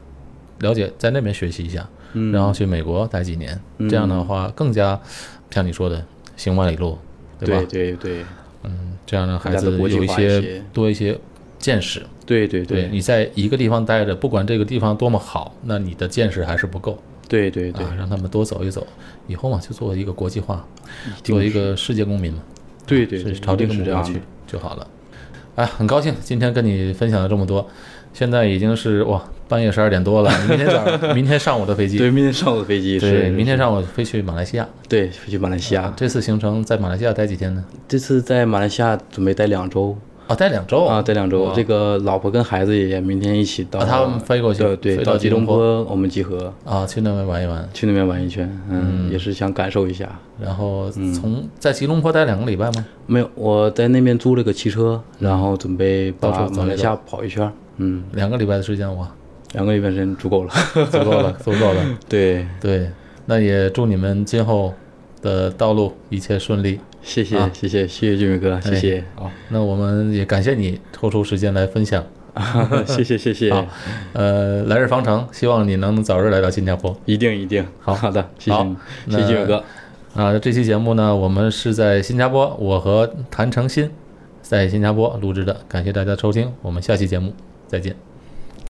A: 了解在那边学习一下，然后去美国待几年，
C: 嗯
A: 这样的话更加像你说的行万里路，吧？
C: 对对对
A: 嗯，这样让孩
C: 更加
A: 子
C: 地国际
A: 有一
C: 化一
A: 些
C: 些
A: 多一些见识。
C: 对对
A: 对
C: 对
A: 你在一个地方待着，不管这个地方多么好，那你的见识还是不够
C: 对对对
A: 啊，让他们多走一走，以后嘛就做一个国际化，做一个世界公民嘛。
C: 对对对，
A: 是朝这个
C: 一定
A: 目
C: 是这
A: 标
C: 样
A: 去
C: 的。
A: 就好了。哎，很高兴今天跟你分享了这么多，现在已经是哇半夜十二点多 了，明天早上明天上午的飞机，
C: 对，明天上午的飞机
A: 对
C: 是
A: 明天啊上午飞去马来西亚。
C: 对飞去马来西亚，
A: 这次行程在马来西亚待几天呢？
C: 这次在马来西亚准备待两周
A: 啊，待两周
C: 啊，待两周
A: 哇。
C: 这个老婆跟孩子也明天一起到，
A: 啊他们飞过去
C: 对对，
A: 飞到
C: 到
A: 吉
C: 吉
A: 隆
C: 隆坡我们集合，
A: 啊，去那边玩一玩，
C: 去那边玩一圈，嗯，也是想感受一下。
A: 然后
C: 嗯
A: 从、在吉隆坡待两个礼拜吗？
C: 没有，我在那边租了个汽车，然后准备
A: 到
C: 把
A: 处走一
C: 马来西亚跑一圈儿。嗯，
A: 两个礼拜的时间哇，
C: 两个礼拜时间足 够了。
A: 足够了，足够了。
C: 对，
A: 对，那也祝你们今后的道路一切顺利。
C: 谢谢、
A: 啊
C: 谢谢谢谢俊宇哥，谢谢，
A: 哎好，那我们也感谢你抽出时间来分享。
C: 谢谢谢谢，
A: 哎好，呃，来日方长，希望你能早日来到新加坡。
C: 一定一定，
A: 好
C: 好的，谢谢
A: 好
C: 你，谢
A: 那
C: 谢俊宇哥，
A: 啊、这期节目呢，我们是在新加坡，我和谭成新在新加坡录制的，感谢大家收听，我们下期节目再见。